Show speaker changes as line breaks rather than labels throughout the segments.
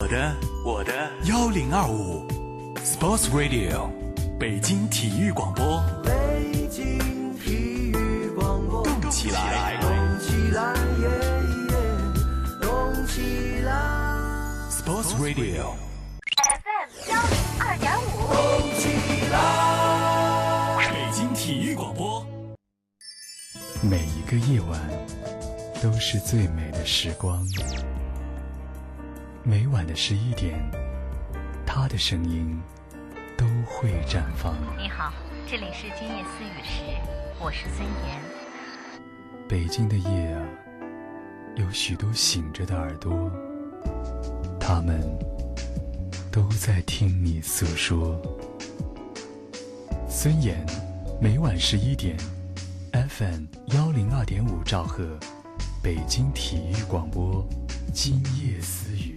我的我的幺零二五 Sports Radio 北京体育广播，
北京体育广播，
动起来
动起来，耶耶，动起来，
！Sports Radio，
FM 幺零二点五
动起来。
北京体育广播。
每一个夜晚都是最美的时光。每晚的十一点，他的声音都会绽放。
你好，这里是今夜思雨时，我是孙岩。
北京的夜啊，有许多醒着的耳朵，他们都在听你诉说。孙岩，每晚十一点，FM 幺零二点五兆赫，北京体育广播，今夜私语，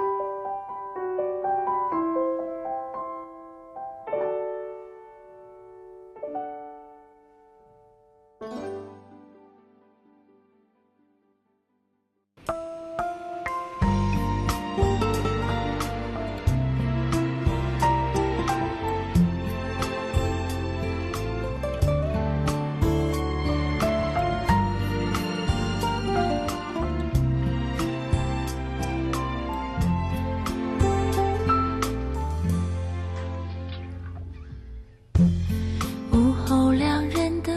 午后两人的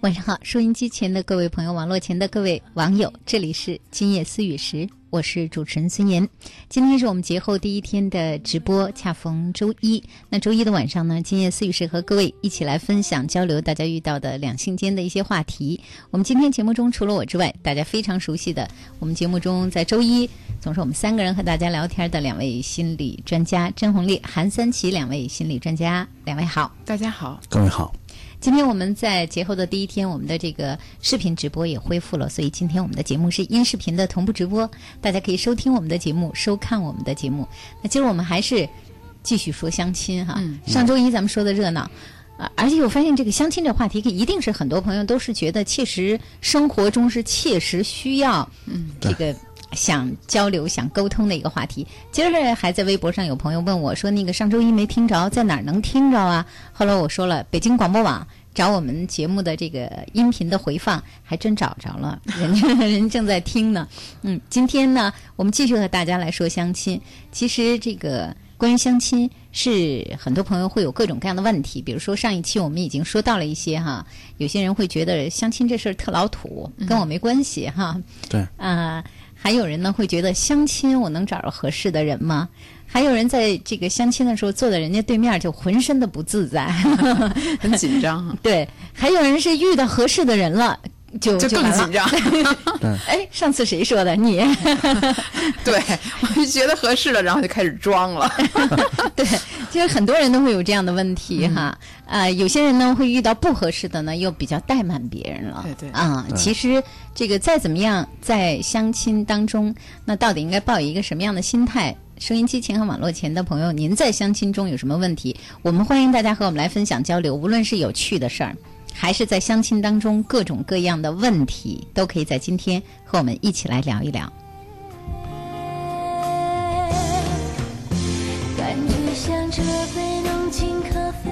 晚上好，收音机前的各位朋友，网络前的各位网友，这里是今夜思雨时，我是主持人孙岩。今天是我们节后第一天的直播，恰逢周一。那周一的晚上呢，今夜思雨时和各位一起来分享交流大家遇到的两性间的一些话题。我们今天节目中除了我之外，大家非常熟悉的，我们节目中在周一总是我们三个人和大家聊天的两位心理专家甄红丽、韩三奇两位心理专家，两位好。
大家好，
各位好，
今天我们在节后的第一天，我们的这个视频直播也恢复了，所以今天我们的节目是音视频的同步直播，大家可以收听我们的节目，收看我们的节目。那今儿我们还是继续说相亲哈，上周一咱们说的热闹。啊而且我发现这个相亲这话题，一定是很多朋友都是觉得切实生活中是切实需要，嗯，这个想交流、想沟通的一个话题。今儿还在微博上有朋友问我说，那个上周一没听着，在哪儿能听着啊？后来我说了，北京广播网找我们节目的这个音频的回放，还真找着了，人家人正在听呢。嗯，今天呢，我们继续和大家来说相亲。其实这个关于相亲，是很多朋友会有各种各样的问题，比如说上一期我们已经说到了一些哈，有些人会觉得相亲这事儿特老土，跟我没关系哈。
对。
啊，还有人呢会觉得相亲我能找着合适的人吗？还有人在这个相亲的时候坐在人家对面就浑身的不自在，，
很紧张啊哈
对，还有人是遇到合适的人了。就
就更
完了
紧张
哎，上次谁说的？你
对我就觉得合适了，然后就开始装 了。
对，其实很多人都会有这样的问题
嗯
哈。呃，有些人呢会遇到不合适的呢，又比较怠慢别人了。
对对
啊，其实这个再怎么样，在相亲当中，那到底应该抱有一个什么样的心态？收音机前和网络前的朋友，您在相亲中有什么问题？我们欢迎大家和我们来分享交流，无论是有趣的事儿，还是在相亲当中各种各样的问题，都可以在今天和我们一起来聊一聊。
感觉像这杯浓情咖啡，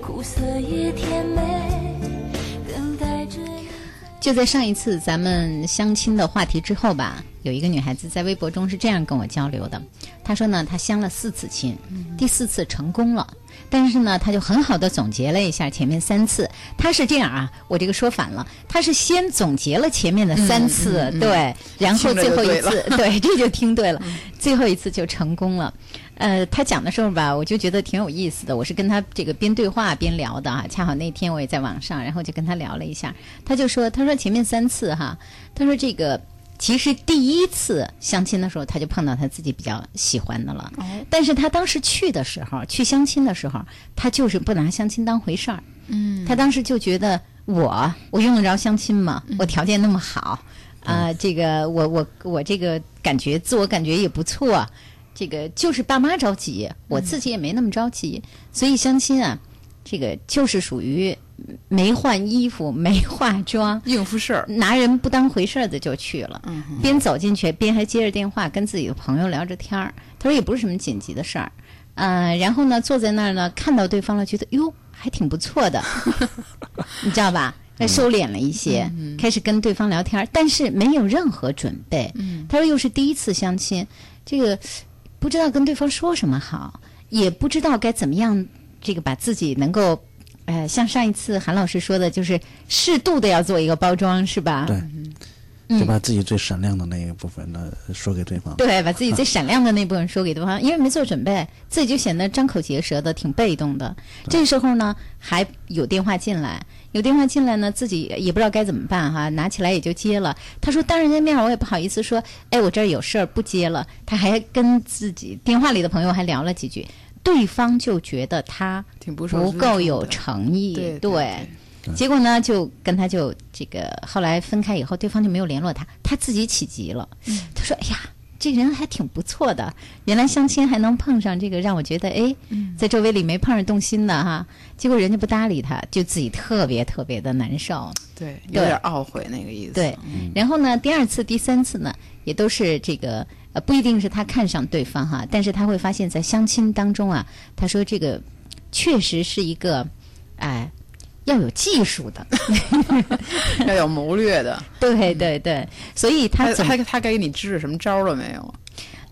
苦涩也甜美，等待着你。
就在上一次咱们相亲的话题之后吧，有一个女孩子在微博中是这样跟我交流的，她说呢，她相了四次亲，
嗯
第四次成功了。但是呢，她就很好的总结了一下前面三次。她是这样啊，我这个说反了，她是先总结了前面的三次，
嗯
对，然后
听着
最
就
后一
对了
次，对，这就听对了，最后一次就成功了。呃，他讲的时候吧，我就觉得挺有意思的。我是跟他这个边对话边聊的啊，恰好那天我也在网上，然后就跟他聊了一下。他就说，他说前面三次哈，他说这个其实第一次相亲的时候，他就碰到他自己比较喜欢的了。但是他当时去的时候，去相亲的时候，他就是不拿相亲当回事儿。嗯，他当时就觉得我我用得着相亲吗？我条件那么好啊、这个我我我这个感觉自我感觉也不错，这个就是爸妈着急，我自己也没那么着急，所以相亲啊，这个就是属于没换衣服、没化妆，
应付事儿，嗯
拿人不当回事儿的就去了，边走进去边还接着电话跟自己的朋友聊着天儿。他说也不是什么紧急的事儿，呃，然后呢坐在那儿呢看到对方了，觉得哟还挺不错 的，你知道吧？他收敛了一些，开始跟对方聊天儿，但是没有任何准备。他说又是第一次相亲，这个不知道跟对方说什么好，也不知道该怎么样，这个把自己能够，呃，像上一次韩老师说的，就是适度的要做一个包装，是吧？
对
嗯
就把自己最闪亮的那一部分呢说给对方。
对，把自己最闪亮的那部分说给对方，因为没做准备，自己就显得张口结舌的，挺被动的。这时候呢，还有电话进来，有电话进来呢，自己也不知道该怎么办哈，拿起来也就接了。他说当着人家面儿我也不好意思说，哎，我这儿有事儿不接了。他还跟自己电话里的朋友还聊了几句，对方就觉得他
挺不受
不
尊
够
重
有
的
诚意，
对对
结果呢，就跟他就这个后来分开以后，对方就没有联络他，他自己起急了。
嗯
他说：“哎呀，这人还挺不错的，原来相亲还能碰上这个，让我觉得哎，
嗯
在周围里没碰上动心的哈。”结果人家不搭理他，就自己特别特别的难受。
对，有点懊悔那个意思。
对，然后呢，第二次、第三次呢，也都是这个呃，不一定是他看上对方哈，但是他会发现，在相亲当中啊，他说这个确实是一个，哎、要有技术的，
要有谋略的，
对对对，所以 他
他
总
他他该给你支什么招儿了没 有？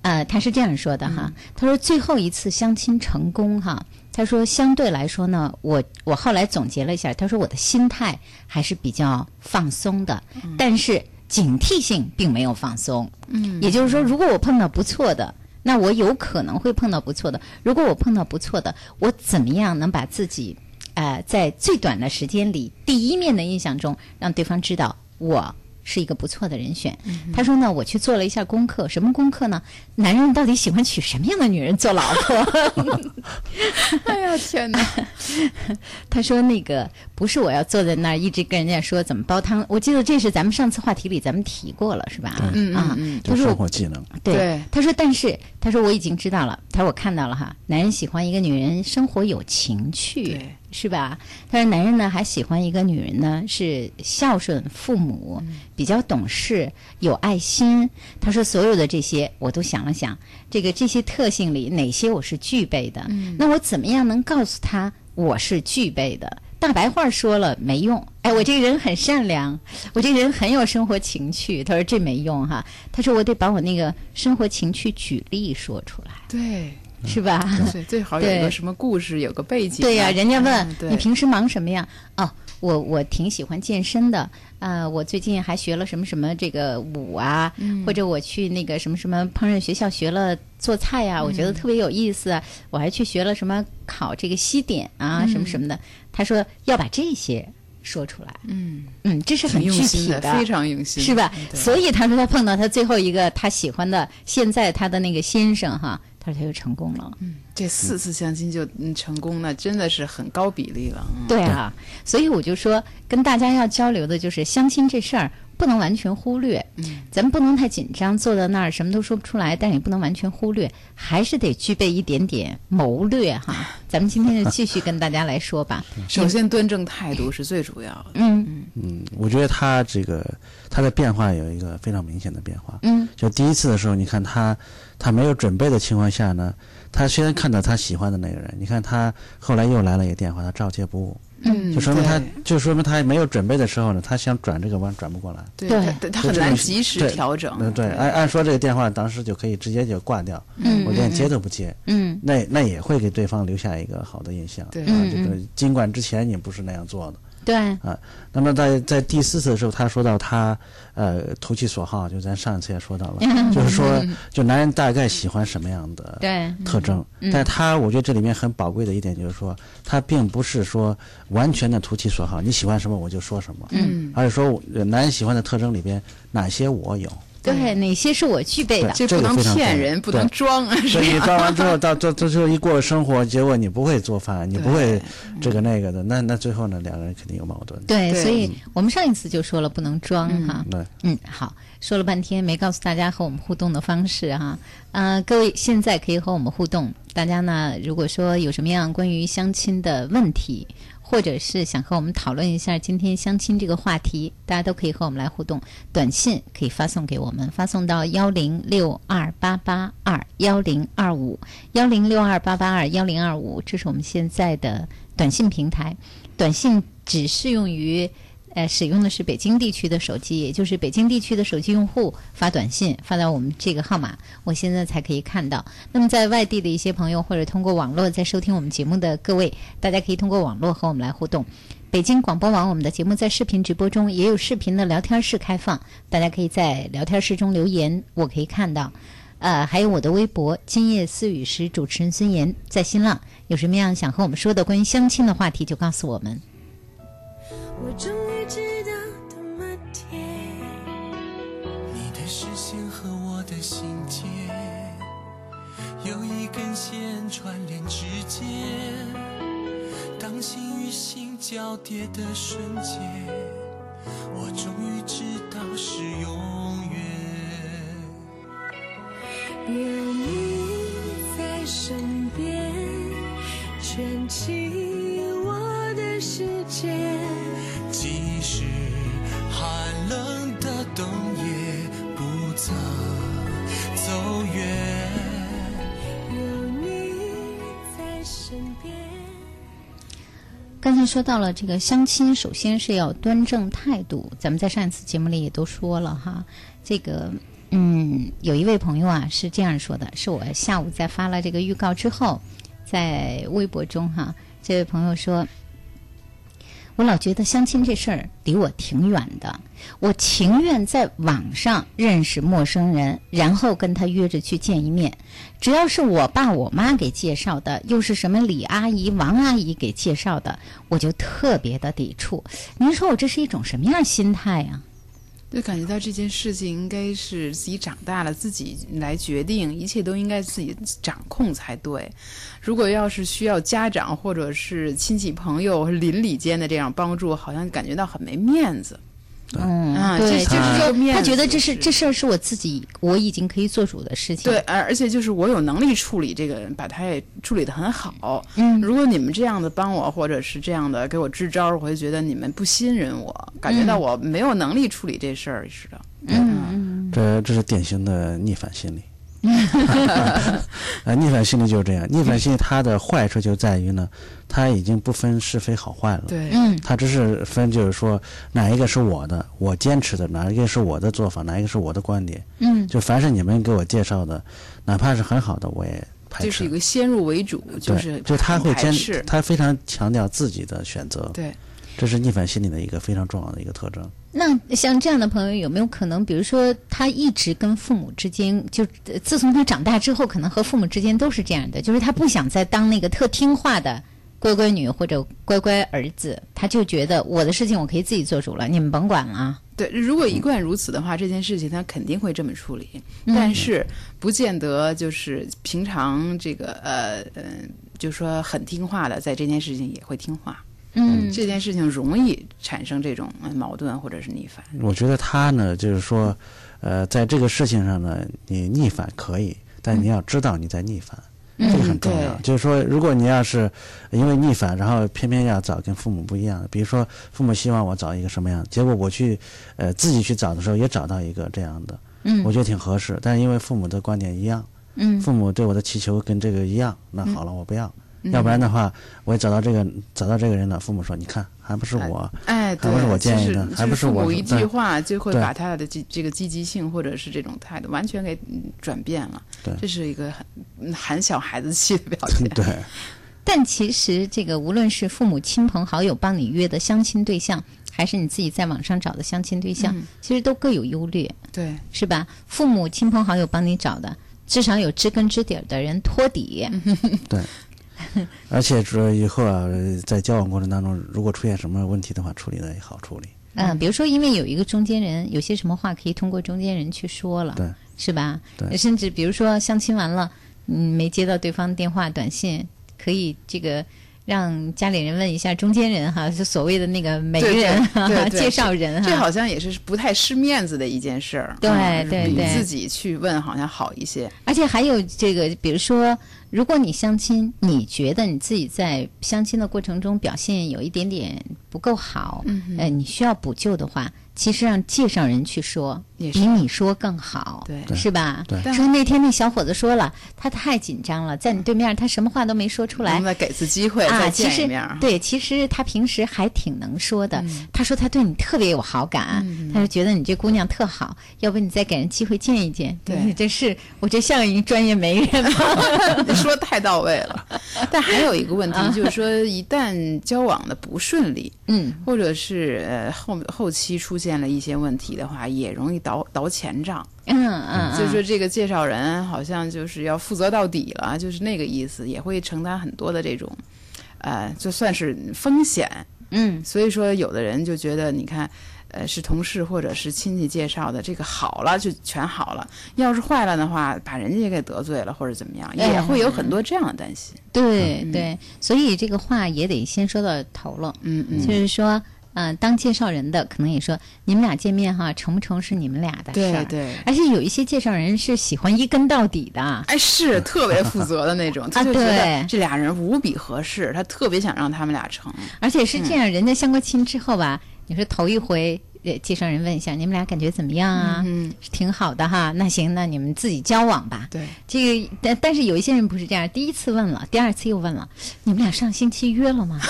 呃，他是这样说的哈，他说最后一次相亲成功哈，他说相对来说呢，我我后来总结了一下，他说我的心态还是比较放松的，但是警惕性并没有放松。嗯，也就是说，如果我碰到不错的。那我有可能会碰到不错的。如果我碰到不错的，我怎么样能把自己，呃，在最短的时间里，第一面的印象中，让对方知道我是一个不错的人选。他说呢，我去做了一下功课，什么功课呢？男人到底喜欢娶什么样的女人做老婆？
哎呀天哪！
他说那个不是我要坐在那儿一直跟人家说怎么煲汤，我记得这是咱们上次话题里咱们提过了，是吧？嗯啊，
就
他说
生
我
活技能，
对，
对
他说但是他说我已经知道了，他说我看到了哈，男人喜欢一个女人生活有情趣
对，
是吧？他说男人呢还喜欢一个女人呢是孝顺父母，比较懂事，有爱心。他说所有的这些我都想了想，这个这些特性里哪些我是具备的？那我怎么样能告诉他我是具备的？大白话说了没用，哎，我这个人很善良，我这个人很有生活情趣。他说这没用哈，他说我得把我那个生活情趣举例说出来，
对
是吧？
对，最好有一
对
个什么故事，有个背景啊。
对呀、人家问、
嗯对
你平时忙什么呀？哦，我我挺喜欢健身的，啊，我最近还学了什么什么这个舞啊，
嗯
或者我去那个什么什么烹饪学校学了做菜呀、我觉
嗯
得特别有意思啊。我还去学了什么烤这个西点啊，什么什么的。他说要把这些说出来，
嗯，
嗯，这是很
挺用
具体
心的，非常用心，
是吧？
对
所以他说他碰到他最后一个他喜欢的，现在他的那个先生哈，他说他就成功了。
这四次相亲就嗯成功，那真的是很高比例了。嗯
对啊，所以我就说，跟大家要交流的就是相亲这事儿，不能完全忽略。嗯，咱们不能太紧张，坐在那儿什么都说不出来，但也不能完全忽略，还是得具备一点点谋略哈。 咱们今天就继续跟大家来说吧。
首先端正态度是最主要的。
嗯
嗯，我觉得他这个他的变化有一个非常明显的变化。
嗯，
就第一次的时候，你看他他没有准备的情况下呢，他虽然看到他喜欢的那个人，你看他后来又来了一个电话，他照接不误。
嗯，
就说明他
对
就说明他没有准备的时候呢，他想转这个弯转不过来。
对
对
他他
就
很
这
难
种
及时
对
调整。
嗯，对，按按说这个电话当时就可以直接就挂掉，
嗯
我连接都不接，
嗯
那那也会给对方留下一个好的印象。
对
啊，
嗯
这个尽管之前你不是那样做的。
对，
那么在在第四次的时候，他说到他呃投其所好，就咱上一次也说到了，就是说就男人大概喜欢什么样的
对，
特征，
嗯
但他我觉得这里面很宝贵的一点就是说，他并不是说完全的投其所好，你喜欢什么我就说什么，
嗯，
而是说我呃男人喜欢的特征里边哪些我有，
对，哪些是我具备的？
这
这
不
个
能
非常
骗
重要
人，不
对
能装啊，是
所以你
吧？
装完之后，到到到最后一过生活，结果你不会做饭，你不会
对
这个那个的，那那最后呢，两个人肯定有矛盾。
对，
对
所以我们上一次就说了不能装哈。
对，
嗯，好，说了半天没告诉大家和我们互动的方式哈。呃，各位现在可以和我们互动，大家呢如果说有什么样关于相亲的问题，或者是想和我们讨论一下今天相亲这个话题，大家都可以和我们来互动。短信可以发送给我们，发送到幺零六二八八二幺零二五幺零六二八八二幺零二五，这是我们现在的短信平台。短信只适用于呃使用的是北京地区的手机，也就是北京地区的手机用户发短信发到我们这个号码，我现在才可以看到。那么在外地的一些朋友或者通过网络在收听我们节目的各位，大家可以通过网络和我们来互动。北京广播网，我们的节目在视频直播中也有视频的聊天室开放，大家可以在聊天室中留言，我可以看到。呃，还有我的微博“今夜思雨”时主持人孙岩，在新浪有什么样想和我们说的关于相亲的话题，就告诉我们。
我终于知道多么甜，
你的视线和我的心间有一根线串联之间，当心与心交叠的瞬间，我终于知道是永远。
有你在身边，圈起我的世界。
即使寒冷的冬夜，不曾走远。
有你在身边。
刚才说到了这个相亲，首先是要端正态度。咱们在上一次节目里也都说了哈，这个嗯，有一位朋友啊是这样说的，是我下午在发了这个预告之后，在微博中哈，这位朋友说，我老觉得相亲这事儿离我挺远的，我情愿在网上认识陌生人，然后跟他约着去见一面。只要是我爸我妈给介绍的，又是什么李阿姨、王阿姨给介绍的，我就特别的抵触。您说我这是一种什么样的心态啊呀、
就感觉到这件事情应该是自己长大了，自己来决定，一切都应该自己掌控才对。如果要是需要家长或者是亲戚朋友、邻里间的这样帮助，好像感觉到很没面子。
嗯，
啊
对，就
这这
是
是
说
个面
他觉得
子
这是
是
这事儿是我自己我已经可以做主的事情。
对，，而而且就是我有能力处理这个，把它也处理得很好。
嗯
如果你们这样的帮我，或者是这样的给我支招，我会觉得你们不信任我，感觉到
嗯
我没有能力处理这事儿似的。嗯
这这是典型的逆反 心理。 呃，逆反心理就是这样。逆反心理它的坏处就在于呢，它已经不分是非好坏了。
对
嗯
它只是分，就是说哪一个是我的，我坚持的，哪一个是我的做法，哪一个是我的观点。
嗯，
就凡是你们给我介绍的，哪怕是很好的，我也排斥。
就是一个先入为主，就
对
是
就他会
排
坚
斥，
他非常强调自己的选择，
对。
这是逆反心理的一个非常重要的一个特征。
那像这样的朋友有没有可能，比如说他一直跟父母之间，就呃自从他长大之后，可能和父母之间都是这样的，就是他不想再当那个特听话的乖乖女或者乖乖儿子，他就觉得我的事情我可以自己做主了，你们甭管了啊。
对，如果一贯如此的话，这件事情他肯定会这么处理，
嗯
但是不见得就是平常这个呃呃，就说很听话的，在这件事情也会听话。
嗯
这件事情容易产生这种呃矛盾或者是逆反。
我觉得他呢，就是说，呃，在这个事情上呢，你逆反可以，但你要知道你在逆反，
嗯
这个很重要。
嗯对
就是说，如果你要是因为逆反，然后偏偏要找跟父母不一样的，比如说父母希望我找一个什么样，结果我去，呃，自己去找的时候也找到一个这样的，
嗯
我觉得挺合适。但是因为父母的观点一样，
嗯
父母对我的祈求跟这个一样，那好了，我不要，要不然的话，我找到这个找到这个人了，父母说你看还不 是我，
哎，
还
对，
不是我
就
建议
是
的
就
还不是
父母
我
一
对
句话就会
对
把他的这这个积极性或者是这种态度完全给嗯转变了。
对
这是一个很嗯喊小孩子气的表现。
对，
但其实这个无论是父母亲朋好友帮你约的相亲对象，还是你自己在网上找的相亲对象，其实都各有优劣，
对，
是吧？父母亲朋好友帮你找的，至少有知根知底儿的人托底。
而且说以后啊，呃在交往过程当中，如果出现什么问题的话，处理的也好处理。
嗯，比如说，因为有一个中间人，有些什么话可以通过中间人去说了，
对
是吧？
对
甚至比如说相亲完了，嗯，没接到对方电话、短信，可以这个让家里人问一下中间人哈，就所谓的那个媒
对对
人哈
对 对
介绍人
这
哈。
好像也是不太失面子的一件事儿。
对
嗯
对
比
对
自己去问好像好一些。
而且还有这个，比如说，如果你相亲，你觉得你自己在相亲的过程中表现有一点点不够好，嗯、呃，你需要补救的话，其实让介绍人去说，
也
比你说更好，
对
是吧？
对
但
说那天那小伙子说了，他太紧张了，在你对面他什么话都没说出
能
来
不。能给次机会
啊，
再
其
见一
实
面儿？嗯
对，其实他平时还挺能说的。他说他对你特别有好感，他就觉得你这姑娘特好，要不你再给人机会见一见。
对
你这是我这像一个专业媒人 吗？
你 说得太到位 了。但还有一个问题就是说，一旦交往的不顺利，
嗯，
或者是呃后后期出现了一些问题的话，也容易倒倒钱账。
嗯嗯，
就是说这个介绍人好像就是要负责到底了，就是那个意思，也会承担很多的这种，呃，就算是风险。
嗯，
所以说，有的人就觉得，你看，呃，是同事或者是亲戚介绍的，这个好了就全好了；要是坏了的话，把人家也给得罪了或者怎么样，
哎
也会有很多这样的担心。
对对，所以这个话也得先说到头了，
嗯嗯，
就是说，嗯，当介绍人的可能也说，你们俩见面哈，成不成是你们俩的事
对
儿。
对。
而且有一些介绍人是喜欢一跟到底的，
哎，是特别负责的那种，他就觉
啊对
得这俩人无比合适，他特别想让他们俩成。
而且是
嗯
这样，人家相过亲之后吧，你说头一回。呃介绍人问一下，你们俩感觉怎么样啊？
嗯，
挺好的哈。那行，那你们自己交往吧。
对，
这个，但但是有一些人不是这样，第一次问了，第二次又问了，你们俩上星期约了 吗？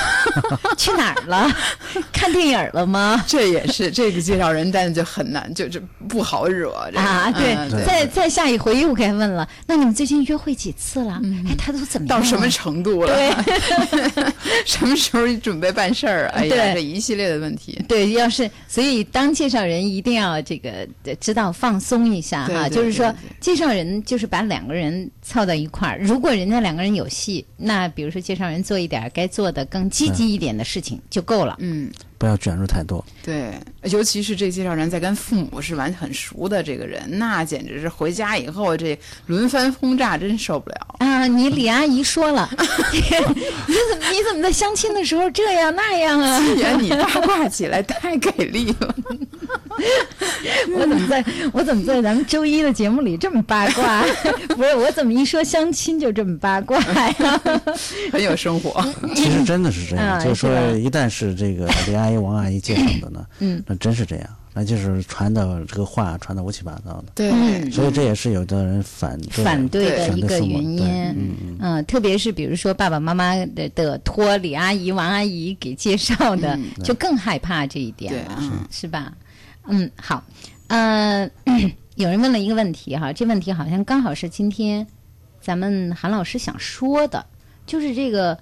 去哪儿了？看电影了吗？
这 也是这个介绍人，但就很难，就就不好惹。这个
啊，对，
嗯
再再下一回又该问了，那你们最近约会几次了？哎，他都怎么样
嗯到
了
什么啊程度了？
对
什么时候准备办事儿？哎呀，
对
这一系列的问题。
对，要是所以当介绍人一定要这个呃知道放松一下
对
哈，
对
就是说
对对
介绍人就是把两个人凑到一块儿，如果人家两个人有戏，那比如说介绍人做一点儿该做的更积极一点的事情就够了。
嗯，
不要卷入太多。
对，尤其是这介绍人在跟父母是完全很熟的这个人，那简直是回家以后这轮番轰炸，真受不 了。
啊，你李阿姨说 了，你怎么你怎么在相亲的时候这样那样 啊？
姐，你八卦起来太给力了。
我怎么在我怎么在咱们周一的节目里这么八卦？ 不是我怎么一说相亲就这么八卦呀？
很有生活。
其实真的是这
嗯
样，嗯就是说
是吧，
一旦是这 个李阿姨、王阿姨啊介绍的呢，嗯，那真是这样，那就是传的这个话传的乌七八糟的，
对，
所以这也是有的人嗯反对
反对的
反
一个
父母
原因
对，
嗯特别是比如说爸爸妈妈的的托李阿姨、王阿姨给介绍的，就更害怕这一点了，
对嗯
是吧？嗯，好，呃， 有人问了一个问题哈，这问题好像刚好是今天咱们韩老师想说的，就是这个，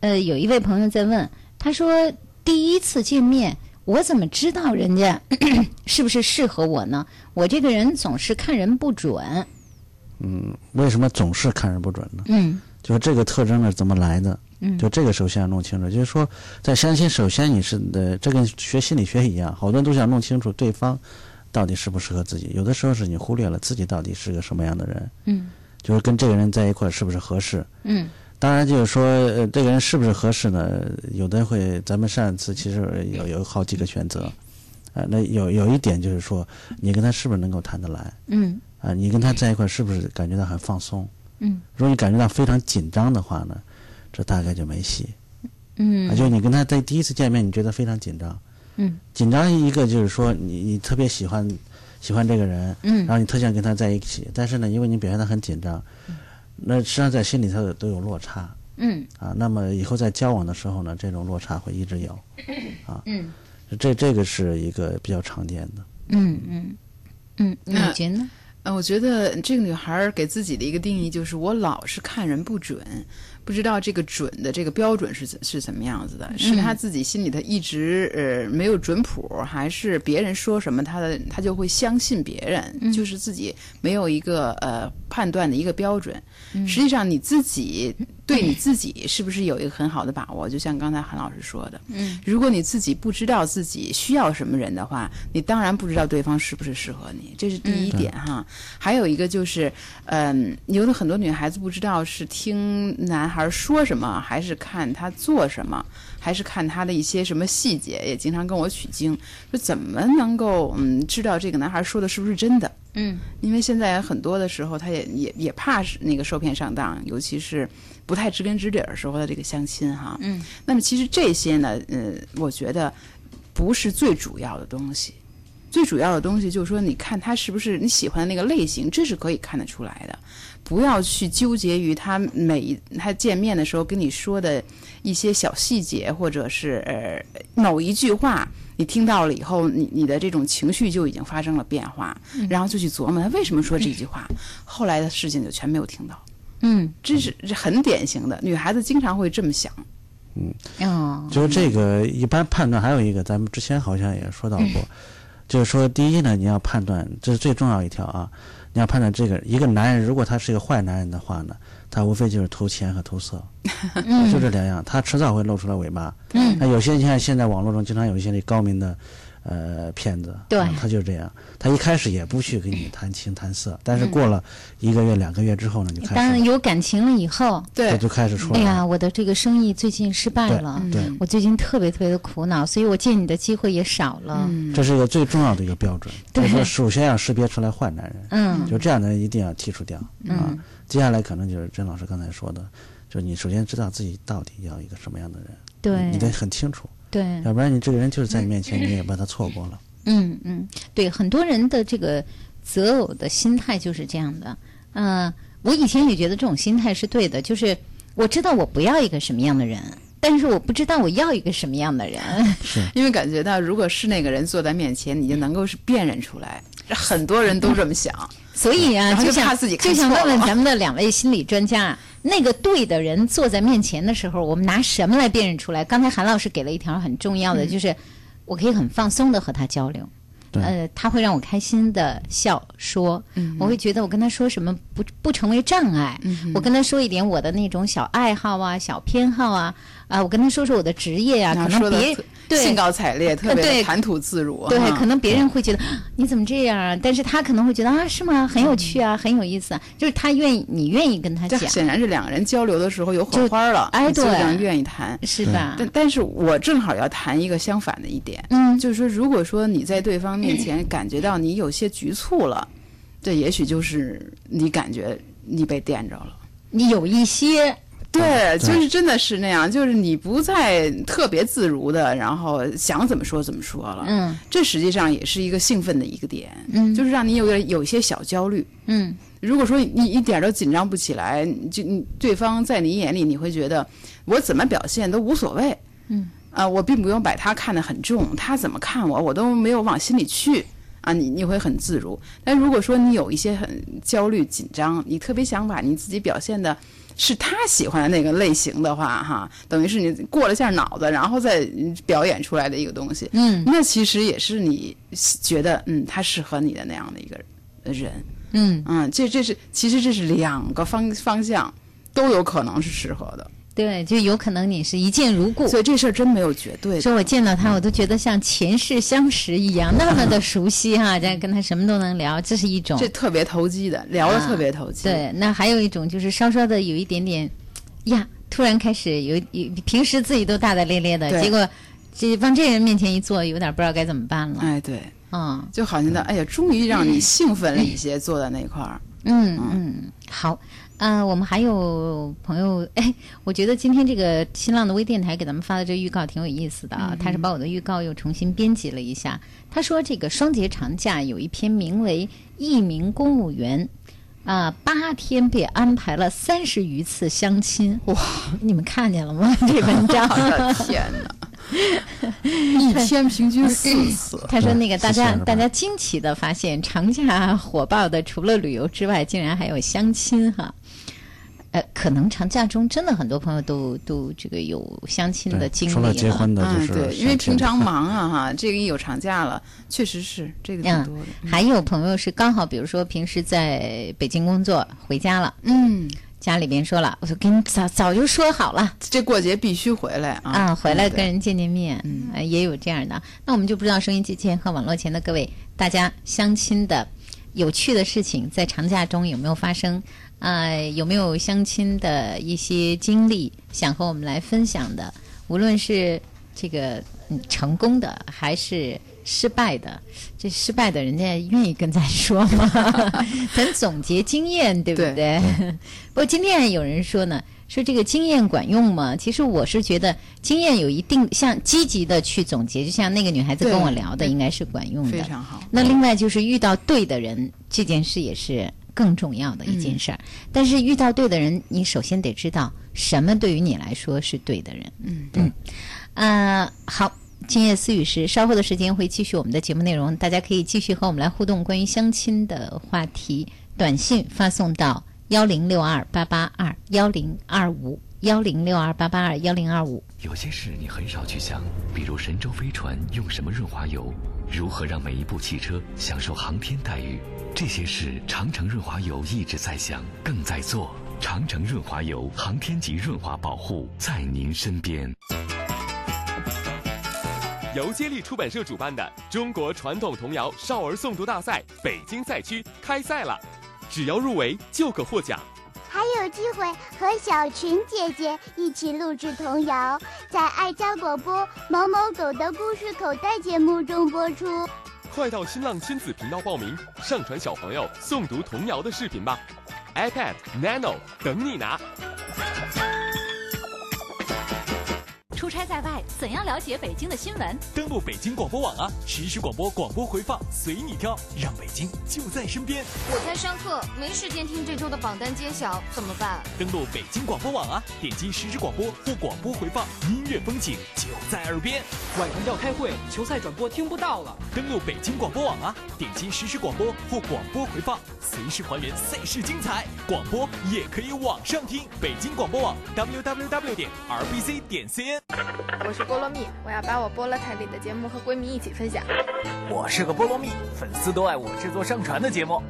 呃，有一位朋友在问，他说第一次见面，我怎么知道人家 是不是适合我呢？我这个人总是看人不准。
为什么总是看人不准呢？
嗯
就是这个特征呢怎么来的？
嗯
就这个首先要弄清楚，就是说，在相亲，首先你是的，这跟学心理学一样，好多人都想弄清楚对方到底适不适合自己。有的时候是你忽略了自己到底是个什么样的人，
嗯
就是跟这个人在一块儿是不是合适。
嗯
当然，就是说，呃，这个人是不是合适呢？有的会，咱们上次其实有有好几个选择，呃，那有有一点就是说，你跟他是不是能够谈得来？
嗯
啊，你跟他在一块儿是不是感觉到很放松？
嗯，
如果你感觉到非常紧张的话呢，这大概就没戏。啊，
嗯
就你跟他在第一次见面，你觉得非常紧张。
嗯，
紧张一个就是说你你特别喜欢喜欢这个人，
嗯
然后你特想跟他在一起，但是呢，因为你表现得很紧张，那实际上在心里头都有落差
嗯
啊。那么以后在交往的时候呢，这种落差会一直有啊。
嗯
这这个是一个比较常见的。
嗯嗯嗯，你
那
觉得呢？
呃，我觉得这个女孩儿给自己的一个定义就是，我老是看人不准，不知道这个准的这个标准是怎是怎么样子的，是她自己心里头一直呃没有准谱，还是别人说什么她的她就会相信别人，就是自己没有一个呃判断的一个标准。实际上你自己对你自己是不是有一个很好的把握？就像刚才韩老师说的，嗯，如果你自己不知道自己需要什么人的话，你当然不知道对方是不是适合你，这是第一点哈。还有一个就是，嗯，有的很多女孩子不知道是听男孩说什么，还是看他做什么，还是看他的一些什么细节，也经常跟我取经，说怎么能够嗯知道这个男孩说的是不是真的？
嗯，
因为现在很多的时候，他也也也怕是那个受骗上当，尤其是不太知根知底儿时候的这个相亲哈。
嗯，
那么其实这些呢，呃，我觉得不是最主要的东西。最主要的东西就是说，你看他是不是你喜欢的那个类型，这是可以看得出来的。不要去纠结于他每一他见面的时候跟你说的一些小细节，或者是呃某一句话，你听到了以后，你你的这种情绪就已经发生了变化，然后就去琢磨他为什么说这句话， 后来的事情就全没有听到。
嗯
这是这很典型的，女孩子经常会这么想。
哦
就是这个一般判断还有一个，咱们之前好像也说到过，
嗯
就是说第一呢，你要判断，这是最重要一条啊，你要判断这个一个男人，如果他是一个坏男人的话呢，他无非就是图钱和图色，
嗯
就这两样，他迟早会露出来尾巴。嗯，那有些你看现在网络中经常有一些那高明的。呃，骗子，
对
嗯他就是这样。他一开始也不去跟你谈情谈色，但是过了一个月、两个月之后呢，就
嗯当
开
然
始，
有感情了以后，
他
对
就开始出
哎
来
呀，嗯
了。
我的这个生意最近失败
对
了，
对，
我最近特别特别的苦恼，所以我见你的机会也少了。
这是一个最重要的一个标准，
对
就是说首先要识别出来坏男人，
嗯
就这样的人一定要剔除掉、啊。接下来可能就是甄老师刚才说的，就是你首先知道自己到底要一个什么样的人，
对嗯
你你得很清楚，
对，
要不然你这个人就是在你面前，你也把他错过 了。
嗯嗯，对，很多人的这个择偶的心态就是这样的。嗯、我以前也觉得这种心态是对的，就是我知道我不要一个什么样的人，但是我不知道我要一个什么样的人。
因为感觉到如果是那个人坐在面前，你就能够是辨认出来。很多人都这么 想，
所以啊，
然后
就
就
想
怕自己
就
看
想
错
问问
了
咱们的两位心理专家，啊那个对的人坐在面前的时候，我们拿什么来辨认出来？刚才韩老师给了一条很重要的，
嗯
就是我可以很放松的和他交流。
对
呃，他会让我开心的笑说，
嗯
我会觉得我跟他说什么不不成为障碍，我跟他说一点我的那种小爱好啊、小偏好啊，啊、我跟他说说我的职业啊，
然
可
后
能
说的
别对
兴高采烈，特别
对
的谈吐自如。
对，
哈
可能别人会觉得啊你怎么这样啊，但是他可能会觉得啊，是吗？很
嗯
有趣啊，很有意思啊，就是他愿意，你愿意跟他
这
讲，
显然是两个人交流的时候有火花了，
哎
你就
对
这样愿意谈。
是吧？
但但是我正好要谈一个相反的一点，
嗯
就是说，如果说你在对方面 前感觉到你有些局促了，这也许就是你感觉你被电着了。嗯
你有一些，
对，
对
就是真的是那样，就是你不再特别自如的，然后想怎么说怎么说了。
嗯，
这实际上也是一个兴奋的一个点，嗯，就是让你有点有一些小焦虑。
嗯
如果说你一点儿都紧张不起来，你就你对方在你眼里，你会觉得我怎么表现都无所谓，嗯，啊、我并不用把他看得很重，他怎么看我，我都没有往心里去。啊，你你会很自如，但如果说你有一些很焦虑、紧张，你特别想把你自己表现的是他喜欢的那个类型的话，哈，等于是你过了一下脑子，然后再嗯表演出来的一个东西，
嗯
那其实也是你觉得嗯，他适合你的那样的一个人，
嗯，
嗯，这这是其实这是两个方方向都有可能是适合的，
对，就有可能你是一见如故。
所以这事儿真没有绝对的。
说我见到他，我都觉得像前世相识一样，那么的熟悉哈、这样跟他什么都能聊，这是一种
这特别投机的，聊的
啊
特别投机。
对，那还有一种就是稍稍的有一点点，呀，突然开始有有，平时自己都大大咧咧的，
对
结果这往这人面前一坐，有点不知道该怎么办了。
哎，对，
嗯
就好像的，哎呀，终于让你兴奋了一些，坐在那 块儿。
嗯嗯，好，呃，我们还有朋友，哎，我觉得今天这个新浪的微电台给咱们发的这个预告挺有意思的啊，他是把我的预告又重新编辑了一下。他说这个双节长假有一篇名为《佚名公务员》。啊，八天被安排了三十余次相亲，哇！你们看见了吗？这文 章，
我的天哪！ 一天平均四次，
他说：“那个大家
是这样的吧
大家惊奇的发现，长假火爆的除了旅游之外，竟然还有相亲哈。呃，可能长假中真的很多朋友都都这个有相亲的
对，
经历
说到
了。啊
结婚的就
嗯，
是、
对，因为平常忙啊哈，这个一有长假了，确实是这个挺
嗯
多的。
还有朋友是刚好，比如说平时在北京工作回家了，
嗯，
家里边说了，我说跟你早早就说好了
这过节必须回来啊！
啊，回来
对
跟人见见面，
嗯
呃也有这样的。那我们就不知道收音机前和网络前的各位，大家相亲的有趣的事情在长假中有没有发生？呃，有没有相亲的一些经历想和我们来分享的？无论是这个嗯成功的还是失败的，这失败的人家愿意跟咱说吗？ 咱总结经验，对不对？
对
不过今天有人说呢，说这个经验管用吗？其实我是觉得经验有一定像积极的去总结，就像那个女孩子跟
对
我聊的，应该是管用
非
的。
常好。
那另外就是遇到对的人这件事也是更重要的一件事儿。但是遇到对的人，你首先得知道什么对于你来说是对的人。
嗯
嗯，呃，好。今夜思雨时，稍后的时间会继续我们的节目内容，大家可以继续和我们来互动关于相亲的话题，短信发送到幺零六二八八二幺零二五幺零六二八八二幺零二五。
有些事你很少去想，比如神舟飞船用什么润滑油，如何让每一部汽车享受航天待遇，这些事长城润滑油一直在想，更在做。长城润滑油，航天级润滑保护，在您身边。
由接力出版社主办的中国传统童谣少儿诵读大赛北京赛区开赛了，只要入围就可获奖。
还有机会和小群姐姐一起录制童谣，在爱家广播《某某狗的故事口袋》节目中播出。
快到新浪亲子频道报名，上传小朋友诵读童谣的视频吧。iPad Nano 等你拿。
出差在外，怎样了解北京的新闻？
登录北京广播网啊，实时广播广播回放随你挑，让北京就在身边。
我在上课，没时间听这周的榜单揭晓，怎么办？
登录北京广播网啊，点击实时广播或广播回放，音乐风景就在耳边。
晚上要开会，球赛转播听不到了。
登录北京广播网啊，点击实时广播或广播回放，随时还原赛事精彩。广播也可以网上听，北京广播网 www 点 rbc 点 cn。
我是菠萝蜜，我要把我菠萝台里的节目和闺蜜一起分享。
我是个菠萝蜜，粉丝都爱我制作上传的节目。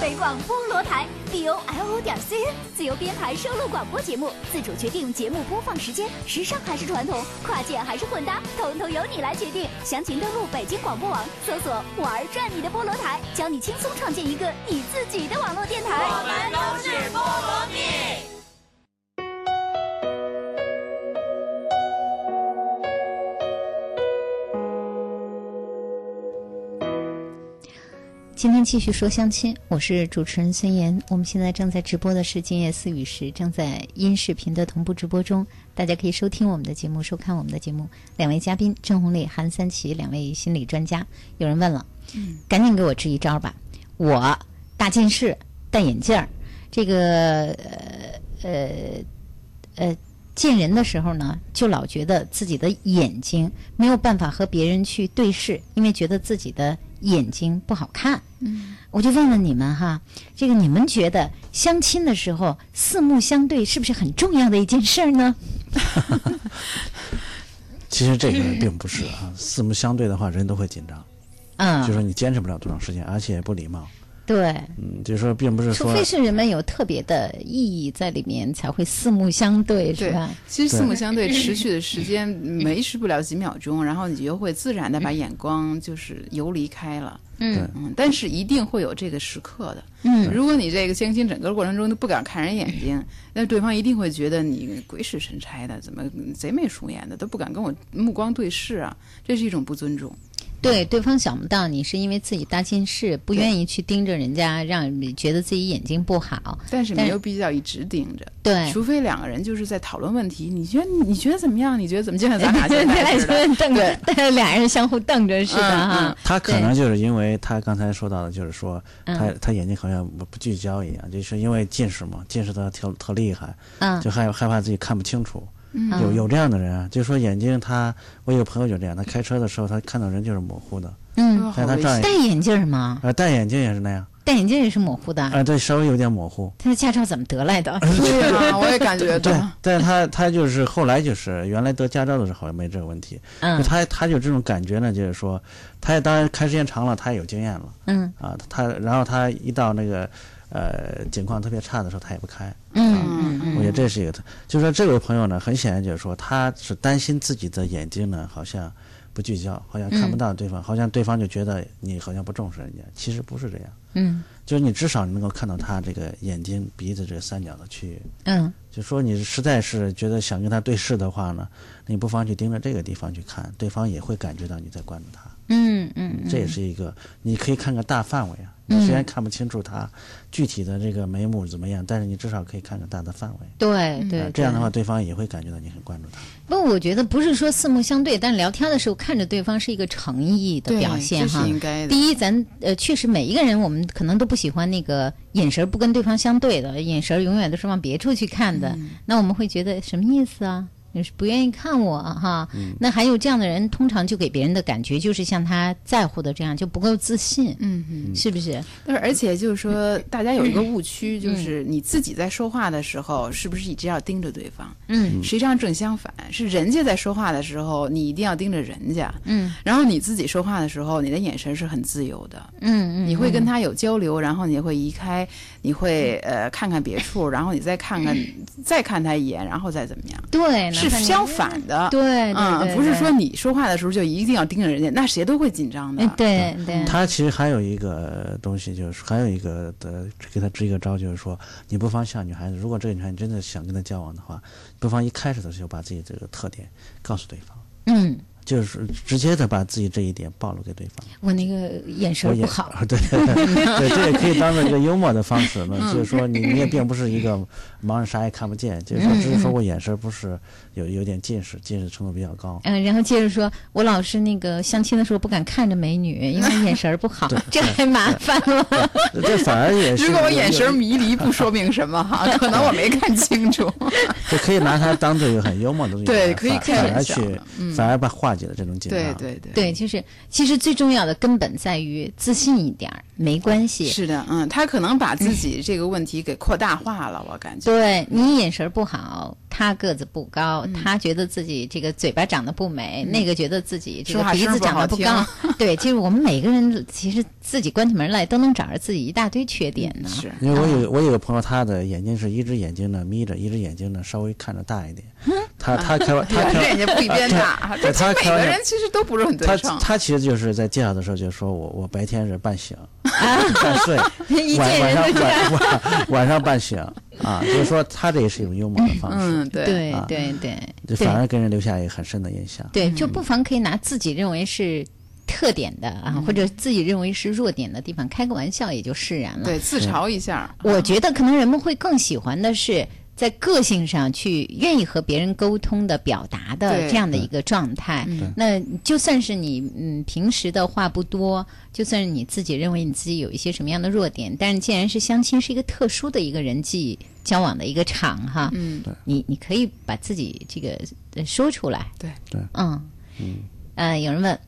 北广菠萝台 b o l o 点 c n 自由编排收录广播节目，自主决定节目播放时间，时尚还是传统，跨界还是混搭，统统由你来决定。详情登录北京广播网，搜索“玩儿转你的菠萝台”，教你轻松创建一个你自己的网络电台。我们都是菠萝蜜。
今天继续说相亲，我是主持人孙岩。我们现在正在直播的是《今夜思雨时》，正在音视频的同步直播中，大家可以收听我们的节目，收看我们的节目。两位嘉宾郑红丽、韩三奇，两位心理专家。有人问了，赶紧给我支一招吧！我大近视，戴眼镜儿，这个呃呃呃，见人的时候呢，就老觉得自己的眼睛没有办法和别人去对视，因为觉得自己的眼睛不好看。嗯，我就问问你们哈，这个你们觉得相亲的时候四目相对是不是很重要的一件事儿呢？
其实 这个并不是啊，四目相对的话，人都会紧张，就
嗯，
说你坚持不了多长时间，而且也不礼貌。
对，
嗯，就是说并不是
除
说
非是人们有特别的意义在里面，才会四目相对，是
对
吧？，
其实四目相对持续的时间维持不了几秒钟，然后你就会自然的把眼光就是游离开了。
嗯
嗯，但是一定会有这个时刻的。
嗯，
如果你这个相亲整个过程中都不敢看人眼睛，那对方一定会觉得你鬼使神差的，怎么贼眉鼠眼的，都不敢跟我目光对视啊，这是一种不尊重。
对，对方想不到你是因为自己大近视，不愿意去盯着人家，让你觉得自己眼睛不好。
但是没有必要一直盯着，
对
除非两个人就是在讨论问题，你觉得你觉得怎么样？你觉得怎么？就像咱 俩现在似的，
瞪
对
着，但是俩人相互瞪着似的
嗯
哈。
他可
对
能就是因为他刚才说到的，就是说
嗯
他他眼睛好像不不聚焦一样，就是因为近视嘛，近视他特特厉害，
嗯
就害害怕自己看不清楚。
嗯
有有这样的人啊，就是说眼睛他，我有个朋友就这样，他开车的时候他看到人就是模糊的，
哦
嗯，
但他照样
戴眼镜儿吗？
呃戴眼镜也是那样，
戴眼镜儿也是模糊的。
啊对，稍微有点模糊。
他的驾照怎么得来的？
哎
对啊，我也感
嗯
觉
对
到，，
但是他他就是后来就是原来得驾照的时候好像没这个问题，
嗯
他他就这种感觉呢，就是说，他也当然开时间长了，他也有经验了
嗯
啊，他然后他一到那个呃情况特别差的时候，他也不开，
嗯嗯
我觉得这是一个特，就是说这位朋友呢，很显然就是说他是担心自己的眼睛呢好像不聚焦，好像看不到对方，好像对方就觉得你好像不重视人家，其实不是这样，
嗯
就是你至少能够看到他这个眼睛鼻子这个三角的区域。
嗯
就说你实在是觉得想跟他对视的话呢，你不妨去盯着这个地方去看，对方也会感觉到你在关注他。
嗯嗯，
这也是一个，你可以看个大范围
嗯
啊。你虽然看不清楚他具体的这个眉目怎么样，但是你至少可以看个大的范围。
对对
啊
嗯
对。
这样的话，对方也会感觉到你很关注他。
不，我觉得不是说四目相对，但聊天的时候看着对方是一个诚意的
对
表现
这是
哈。
应该的
第一，咱呃确实每一个人我们可能都不喜欢那个眼神不跟对方相对的，眼神永远都是往别处去看的，
嗯
那我们会觉得什么意思啊？你是不愿意看我啊哈？
嗯
那还有这样的人，通常就给别人的感觉就是像他在乎的这样，就不够自信，
嗯嗯。
是不是？
但是而且就是
嗯
说，大家有一个误区，就是你自己在说话的时候，是不是一直要盯着对方？
嗯
实际上正相反，是人家在说话的时候，你一定要盯着人家，
嗯
然后你自己说话的时候，你的眼神是很自由的，
嗯嗯，
你会跟他有交流，然后你会移开，你会呃看看别处，然后你再看看，
嗯
再看他一眼，然后再怎么样，
对，哪
是
怕你
相反的。
嗯对对
啊、
对，
不是
对
说你说话的时候就一定要盯着人家，那谁都会紧张的。
哎对对，
嗯
他其实还有一个东西，就是还有一个的给他支一个招，就是说你不妨像女孩子，如果这个女孩子真的想跟他交往的话，不妨一开始的时候把自己这个特点告诉对方。
嗯，
就是直接的把自己这一点暴露给对方。
我那个眼
我
神
也
不好，，
对，对，这也可以当做一个幽默的方式
嗯
呢。就是说你，你也并不是一个盲人啥也看不见，就是
嗯
说，只是说我眼神不是有有点近视，近视程度比较高。
嗯，然后接着说，我老是那个相亲的时候不敢看着美 女，因为眼神儿不好，这还麻烦了。
这反而也是
哎 如果我
一个
眼神迷离，不说明什么 哈，可能我没看清楚。
就可以拿它当做一个很幽默的东西
对
来反，
可以开
反
玩
而
笑
去
的，嗯
反而把化解了这种 紧
对
张。
对对。
对，就是其实最重要的根本在于自信一点儿，没关系。
是的，嗯，他可能把自己这个问题给扩大化了，我感觉。
对你眼神儿不好，他个子不高，
嗯
他觉得自己这个嘴巴长得不美，那个觉得自己这
说
个
话
鼻
声
子
不
长得
好
不
听
高。 对，就是我们每个人其实自己关起门来都能找着自己一大堆缺点呢。
是，
因为我有我有个朋友，他的眼睛是一只眼睛呢眯着，一只眼睛呢稍微看着大一点。
嗯
他他开玩 他
两
开
个人也不一边 大，
对
这
他
每
开玩
个
笑
人其实都不是很对
他
称。
他其实就是在介绍的时候就说我我白天是 半醒，半睡，
一
晚
见人
晚
就
上
这
晚晚 晚上半醒啊，就是说他这也是一种幽默的方式，
嗯，对，
对
啊
对对
就
对
反而给人留下一个很深的印象。
对，就不妨可以拿自己认为是特点的啊，或者自己认为是弱点的地方开个玩笑，也就释然了。
对，自嘲一下。啊
我觉得可能人们会更喜欢的是。在个性上去愿意和别人沟通的、表达的
对
这样的一个状态，那就算是你嗯平时的话不多，就算是你自己认为你自己有一些什么样的弱点，但是既然是相亲是一个特殊的一个人际交往的一个场哈，
嗯，
你你可以把自己这个呃说出来。
对
对，
嗯，呃，有人问，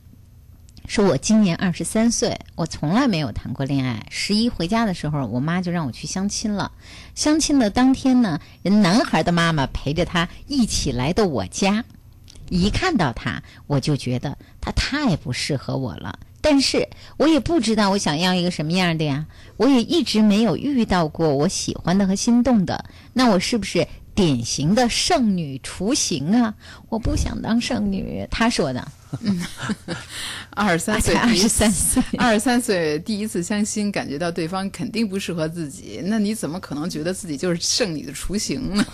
说我今年二十三岁，我从来没有谈过恋爱。十一回家的时候，我妈就让我去相亲了。相亲的当天呢，人男孩的妈妈陪着他一起来的我家。一看到他，我就觉得他太不适合我了。但是我也不知道我想要一个什么样的呀，我也一直没有遇到过我喜欢的和心动的。那我是不是典型的剩女雏形啊！我不想当剩女，她说的。
哎二十三岁，
才23岁，
二十三岁第一次相亲，感觉到对方肯定不适合自己，那你怎么可能觉得自己就是剩女的雏形呢？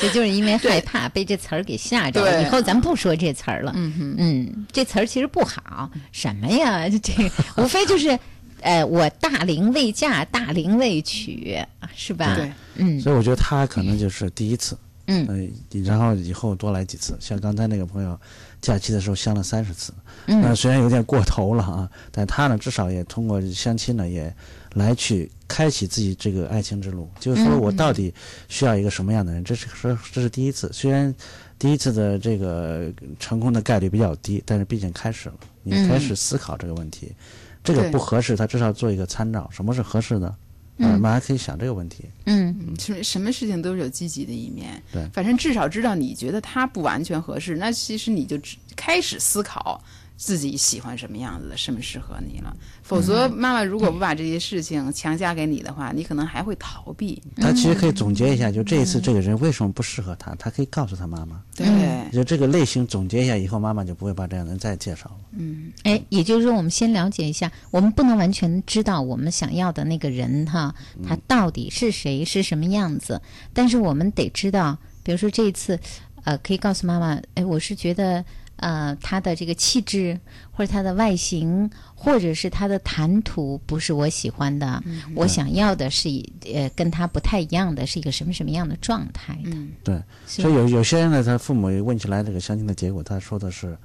这就是因为害怕被这词儿给吓着了。
对
以后咱不说这词儿了。嗯嗯，这词儿其实不好，什么呀？ 这这个无非就是，呃，我大龄未嫁，大龄未娶，啊是吧？
对，
嗯
所以我觉得他可能就是第一次，
嗯
呃然后以后多来几次。像刚才那个朋友，假期的时候相了三十次，
嗯
那虽然有点过头了啊，但他呢至少也通过相亲呢也来去开启自己这个爱情之路，就是说
嗯
我
嗯
到底需要一个什么样的人，这是说这是第一次，虽然第一次的这个成功的概率比较低，但是毕竟开始了，你
嗯
开始思考这个问题。这个
对
不合适，他至少做一个参照，什么是合适的？
嗯
啊我们还可以想这个问题。
嗯，什么什么事情都是有积极的一面。
对
反正至少知道你觉得他不完全合适，那其实你就只开始思考自己喜欢什么样子的，什么适合你了。否则，妈妈如果不把这些事情强加给你的话，你可能还会逃避。
他
嗯
其实可以总结一下，就这一次这个人为什么不适合他，他可以告诉他妈妈。
对
哎
嗯
就这个类型总结一下以后，妈妈就不会把这样的人再介绍了。
嗯，
哎，也就是说，我们先了解一下，我们不能完全知道我们想要的那个人哈，
嗯
他到底是谁，是什么样子。但是我们得知道，比如说这一次，呃，可以告诉妈妈，哎，我是觉得，呃，他的这个气质，或者他的外形，或者是他的谈吐，不是我喜欢的。
嗯
我想要的是一，呃，跟他不太一样的，是一个什么什么样的状态的。
嗯
对，
是
所以有有些人呢，他父母问起来这个相亲的结果，他说的是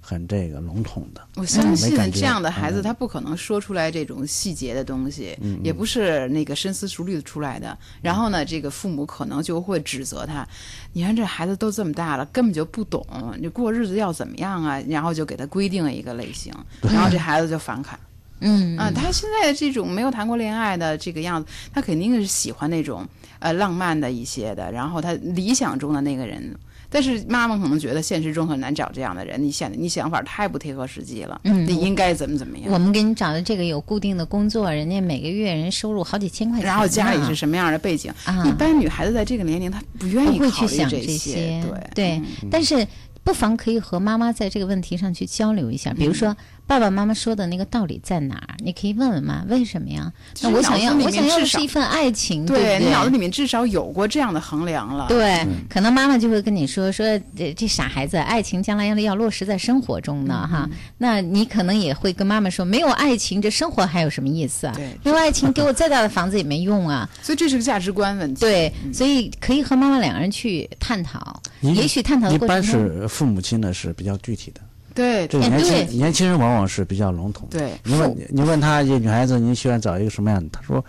很这个笼统的。
我相信
嗯没感觉
这样的孩子，
嗯
他不可能说出来这种细节的东西，
嗯嗯
也不是那个深思熟虑地出来的。然后呢，这个父母可能就会指责他：“你看这孩子都这么大了，根本就不懂，你过日子要怎么样啊？”然后就给他规定了一个类型，然后这孩子就反感。
嗯
啊，他现在这种没有谈过恋爱的这个样子，他肯定是喜欢那种呃浪漫的一些的，然后他理想中的那个人。但是妈妈可能觉得现实中很难找这样的人，你想你想法太不贴合实际了，
嗯
你应该怎么怎么样。
我们给你找的这个有固定的工作，人家每个月人收入好几千块钱呢，
然后家
啊
里是什么样的背景？一般女孩子在这个年龄，她不愿
嗯不
意
会
考
去
虑
想
这
些，嗯
对嗯
但是不妨可以和妈妈在这个问题上去交流一下，比如说。爸爸妈妈说的那个道理在哪儿？你可以问问妈，为什么呀？
其
那
实
我想
脑子
要，
里
我
面
想要的
至
是
少
一份爱情，
对
不对？
你脑子里面至少有过这样的衡量了。
对，可能妈妈就会跟你说说，这这傻孩子，爱情将来要要落实在生活中呢，哈。那你可能也会跟妈妈说，没有爱情，这生活还有什么意思啊？没有爱情，给我再大的房子也没用啊。
所以这是个价值观问题。
对，嗯所以可以和妈妈两个人去探讨，
一
也许探讨的
一
过程
般
中，哎
是父母亲呢是比较具体的，
对
这个年轻年轻人往往是比较笼统的。
对
你问你问他，一个女孩子你喜欢找一个什么样的？他说，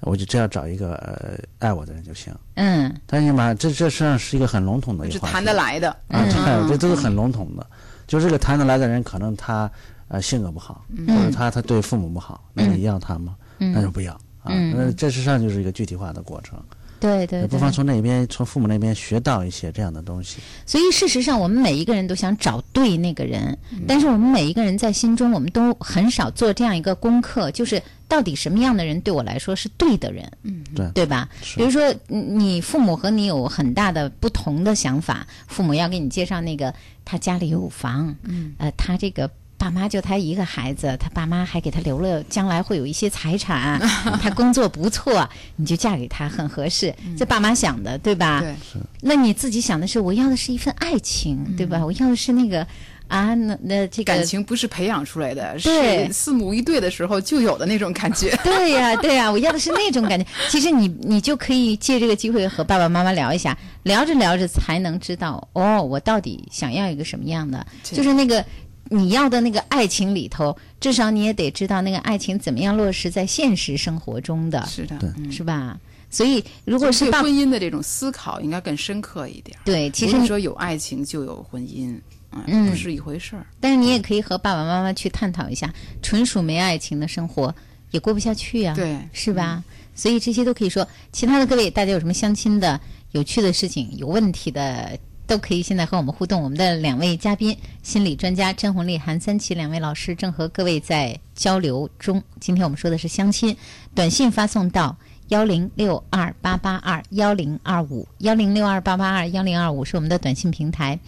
我就只要找一个呃爱我的人就行。
嗯，
但是嘛，这这实际上是一个很笼统的一
是
个话题
谈得来的。
啊，这还有
嗯
这都是很笼统的。就这个谈得来的人，可能他呃性格不好，或者
嗯
他他对父母不好，那
嗯
你要他吗？
嗯
那就不要啊。
嗯
那这实际上就是一个具体化的过程，
对对对，
也不妨从那边从父母那边学到一些这样的东西。
所以事实上，我们每一个人都想找对那个人，
嗯
但是我们每一个人在心中，我们都很少做这样一个功课，就是到底什么样的人对我来说是对的人，
嗯
对
对吧？比如说，嗯你父母和你有很大的不同的想法，父母要给你介绍那个他家里有房，
嗯，
呃，他这个。爸妈就他一个孩子，他爸妈还给他留了将来会有一些财 产，他工作不错，你就嫁给他很合适，这爸妈想的对吧？
嗯对，
那你自己想的是，我要的是一份爱情，对吧？我要的是那个啊，那那这个
嗯感情不是培养出来的，
对
是四母一对的时候就有的那种 感觉。
对呀、对呀、我要的是那种感觉。其实你你就可以借这个机会和爸爸妈妈聊一下，聊着聊着才能知道哦，我到底想要一个什么样的，
对
就是那个你要的那个爱情里头，至少你也得知道那个爱情怎么样落实在现实生活中的，
是的，
是吧？所以如果是
对
爸
婚姻的这种思考，应该更深刻一点。
对其实
不
你
是说有爱情就有婚姻，啊
嗯
不是一回事儿。
但是你也可以和爸爸妈妈去探讨一下，纯属没爱情的生活也过不下去呀、
对
是吧？所以这些都可以说。其他的各位，大家有什么相亲的有趣的事情、有问题的，都可以现在和我们互动。我们的两位嘉宾，心理专家甄红丽、韩三奇两位老师正和各位在交流中。今天我们说的是相亲，短信发送到。幺零六二八八二幺零二五幺零六二八八二幺零二五是我们的短信平台。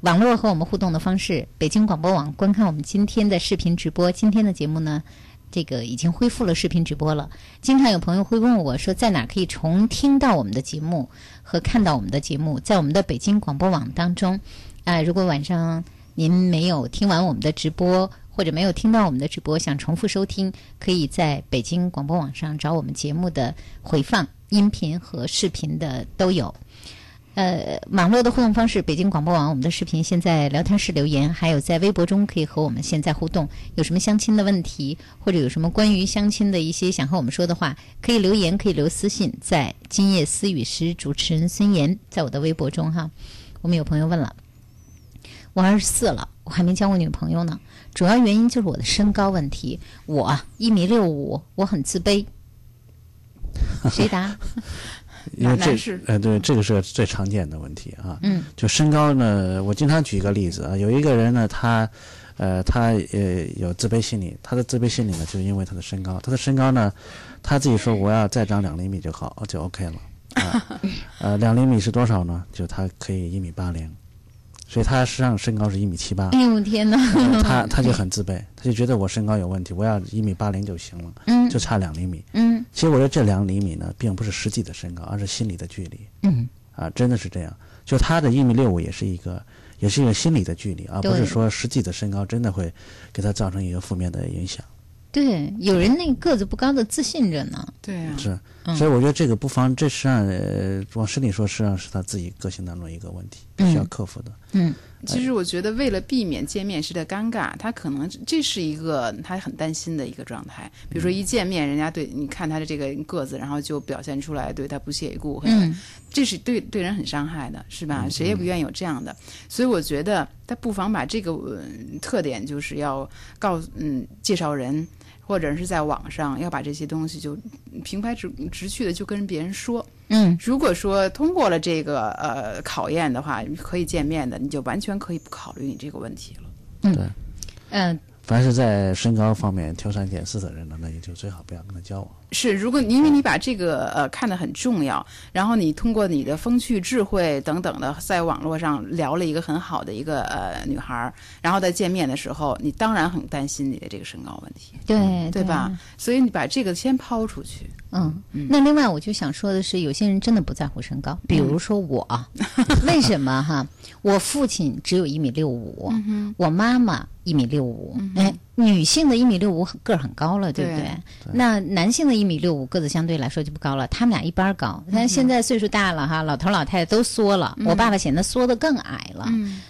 网络和我们互动的方式，北京广播网观看我们今天的视频直播。今天的节目呢，这个已经恢复了视频直播了。经常有朋友会问我说，在哪可以重听到我们的节目和看到我们的节目？在我们的北京广播网当中，啊、如果晚上您没有听完我们的直播，或者没有听到我们的直播，想重复收听，可以在北京广播网上找我们节目的回放，音频和视频的都有。呃，网络的互动方式，北京广播网我们的视频现在聊天室留言，还有在微博中可以和我们现在互动。有什么相亲的问题，或者有什么关于相亲的一些想和我们说的话，可以留言，可以留私信，在《今夜私语》时，主持人孙岩在我的微博中哈。我们有朋友问了，我二十四了，我还没交过女朋友呢，主要原因就是我的身高问题，我啊一米六五，我很自卑。谁答？
因为
男男
这
士
呃对，这个是最常见的问题啊。
嗯，
就身高呢，我经常举一个例子啊，有一个人呢，他呃他呃有自卑心理，他的自卑心理呢，就是因为他的身高，他的身高呢，他自己说我要再长两厘米就好，就 OK 了啊。呃，两厘米是多少呢？就他可以一米八零，所以他实际上身高是一米七八。
哎呦天哪！
呃他他就很自卑，他就觉得我身高有问题，我要一米八零就行了，
嗯
就差两厘米。
嗯
其实我觉得这两厘米呢，并不是实际的身高，而是心理的距离
嗯，
啊，真的是这样。就他的一米六五也是一个，也是一个心理的距离，而不
对
是说实际的身高真的会给他造成一个负面的影响。
对，有人那个子不高的自信着呢。
对啊，
是
嗯，
所以我觉得这个不妨，这实际上呃，往深里说，实际上是他自己个性当中一个问题，必须要
嗯
克服的。
嗯
其实我觉得，为了避免见面时的尴尬，他可能这是一个他很担心的一个状态。比如说一见面，人家对你看他的这个个子，然后就表现出来对他不屑一顾，很
嗯
这是对对人很伤害的，是吧？谁也不愿意有这样的，所以我觉得他不妨把这个、呃特点，就是要告诉嗯介绍人，或者是在网上要把这些东西就平白直直去的就跟别人说。
嗯
如果说通过了这个呃考验的话，可以见面的，你就完全可以不考虑你这个问题了。
嗯、
凡是在身高方面挑三拣四的人呢，那也就最好不要跟他交往。
是，如果你因为你把这个呃看得很重要，然后你通过你的风趣、智慧等等的，在网络上聊了一个很好的一个呃女孩儿，然后在见面的时候，你当然很担心你的这个身高问题，
对
嗯对吧？？所以你把这个先抛出去，
嗯，那另外我就想说的是，有些人真的不在乎身高，比如说我，啊 为什么哈？我父亲只有一米六五、我妈妈一米六五、哎，女性的一米六五个儿很高了，对不对？
对
那男性的一米六五个子相对来说就不高了，他们俩一般儿高。但现在岁数大了哈，老头老太太都缩了，我爸爸显得缩得更矮了。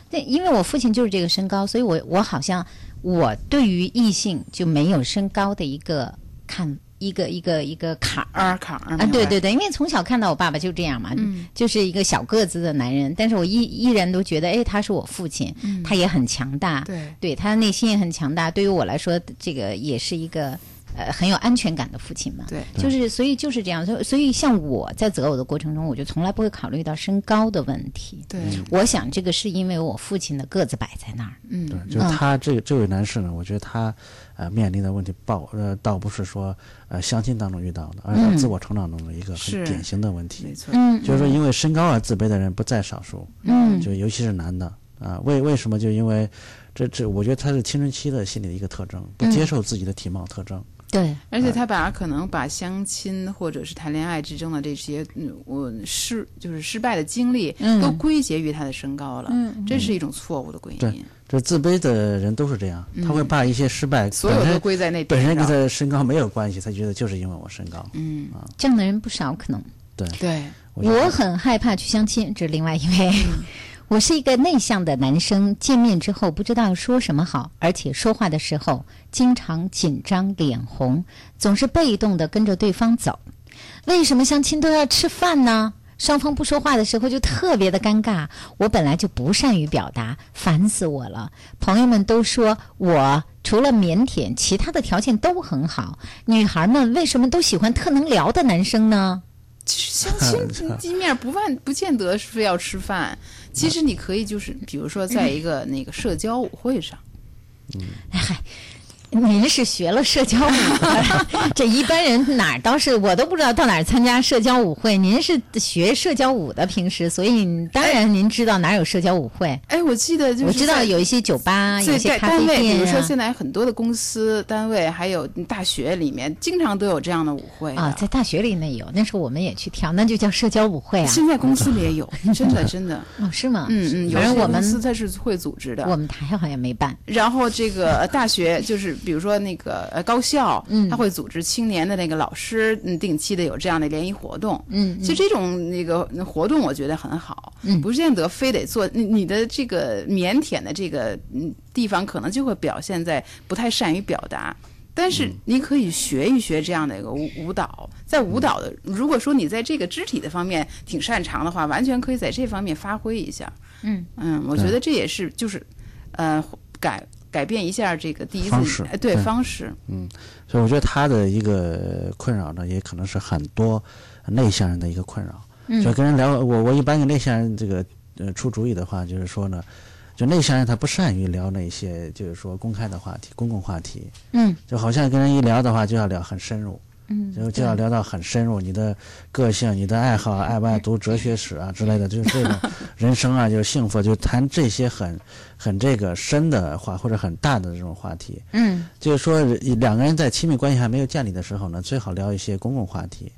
对，因为我父亲就是这个身高，所以我我好像我对于异性就没有身高的一个看一个一个一个坎儿。
二坎儿
啊，对，
明
对对，因为从小看到我爸爸就这样嘛，就是一个小个子的男人，但是我依依然都觉得，哎，他是我父亲，他也很强大，
白对。
嗯对他内心也很强大。对于我来说，这个也是一个呃很有安全感的父亲嘛。
对，
就是所以就是这样，所以所以像我在择偶的过程中，我就从来不会考虑到身高的问题。
对，
我想这个是因为我父亲的个子摆在那儿。
对
嗯，，
就是他这个这位男士呢，我觉得他呃面临的问题报呃倒不是说呃相亲当中遇到的，而是他
嗯
自我成长中的一个很
是
典型的问题
没。错，
嗯
就是说，因为身高而自卑的人不在少数，
嗯
就尤其是男的啊。为为什么？就因为这这，我觉得他是青春期的心理的一个特征，
嗯
不接受自己的体貌特征。
对，
而且他把可能把相亲或者是谈恋爱之中的这些嗯我失就是失败的经历，
嗯
都归结于他的身高了，
嗯
这是一种错误的归因
对，这自卑的人都是这样，他会把一些失败
嗯所有
本
都
身
归在那
本身
点
跟他
上。
的身高没有关系，他觉得就是因为我身高。
嗯，
这样的人不少，可能
对，
对，
觉得
我很害怕去相亲，这是另外一位。 我是一个内向的男生，见面之后不知道说什么好，而且说话的时候经常紧张、脸红，总是被动的跟着对方走。为什么相亲都要吃饭呢？双方不说话的时候就特别的尴尬。我本来就不善于表达，烦死我了。朋友们都说我除了腼腆，其他的条件都很好。女孩们为什么都喜欢特能聊的男生呢？
其实相
啊
亲见面不万不见得是非要吃饭，其实你可以就是比如说在一个那个社交舞会上，
哎嗨，您是学了社交舞的， 这一般人哪儿倒是我都不知道到哪儿参加社交舞会。您是学社交舞的，平时，所以当然您知道哪儿有社交舞会。
哎，我记得就是
我知道
在
有一些酒吧，有
在
一些
在
咖啡
单位，比如
店
说
啊。
现在很多的公司单位，还有大学里面，经常都有这样的舞会的
啊，在大学里那有，那时候我们也去跳，那就叫社交舞会啊。
现在公司里 也有，真的真的。
哦，是吗？
嗯嗯，有
反正
些
我
公司
们
它是会组织的。
我们台好像没办。
然后这个呃大学就是，比如说那个呃高校，
嗯
他会组织青年的那个老师，嗯，定期的有这样的联谊活动，
嗯
其实这种那个嗯活动我觉得很好，
嗯
不见得非得做你你的这个腼腆的这个嗯地方，可能就会表现在不太善于表达。但是
嗯
你可以学一学这样的一个舞舞蹈，在
嗯
舞蹈的，如果说你在这个肢体的方面挺擅长的话，完全可以在这方面发挥一下。
嗯
嗯，我觉得这也是就是，呃，改改变一下这个第一次
方式
呃对
对
方式，
嗯，所以我觉得他的一个呃困扰呢，也可能是很多呃内向人的一个困扰。
嗯
就跟人聊，我我一般给内向人这个呃出主意的话，就是说呢，就内向人他不善于聊那些就是说公开的话题、公共话题，
嗯
就好像跟人一聊的话就要聊很深入，
嗯，
就就要
对
聊到很深入，你的个性、你的爱好、爱不爱读哲学史啊之 类的，就是这种人生啊，就是幸福，就谈这些很很这个深的话或者很大的这种话题。
嗯
就是说两个人在亲密关系还没有建立的时候呢，最好聊一些公共话题，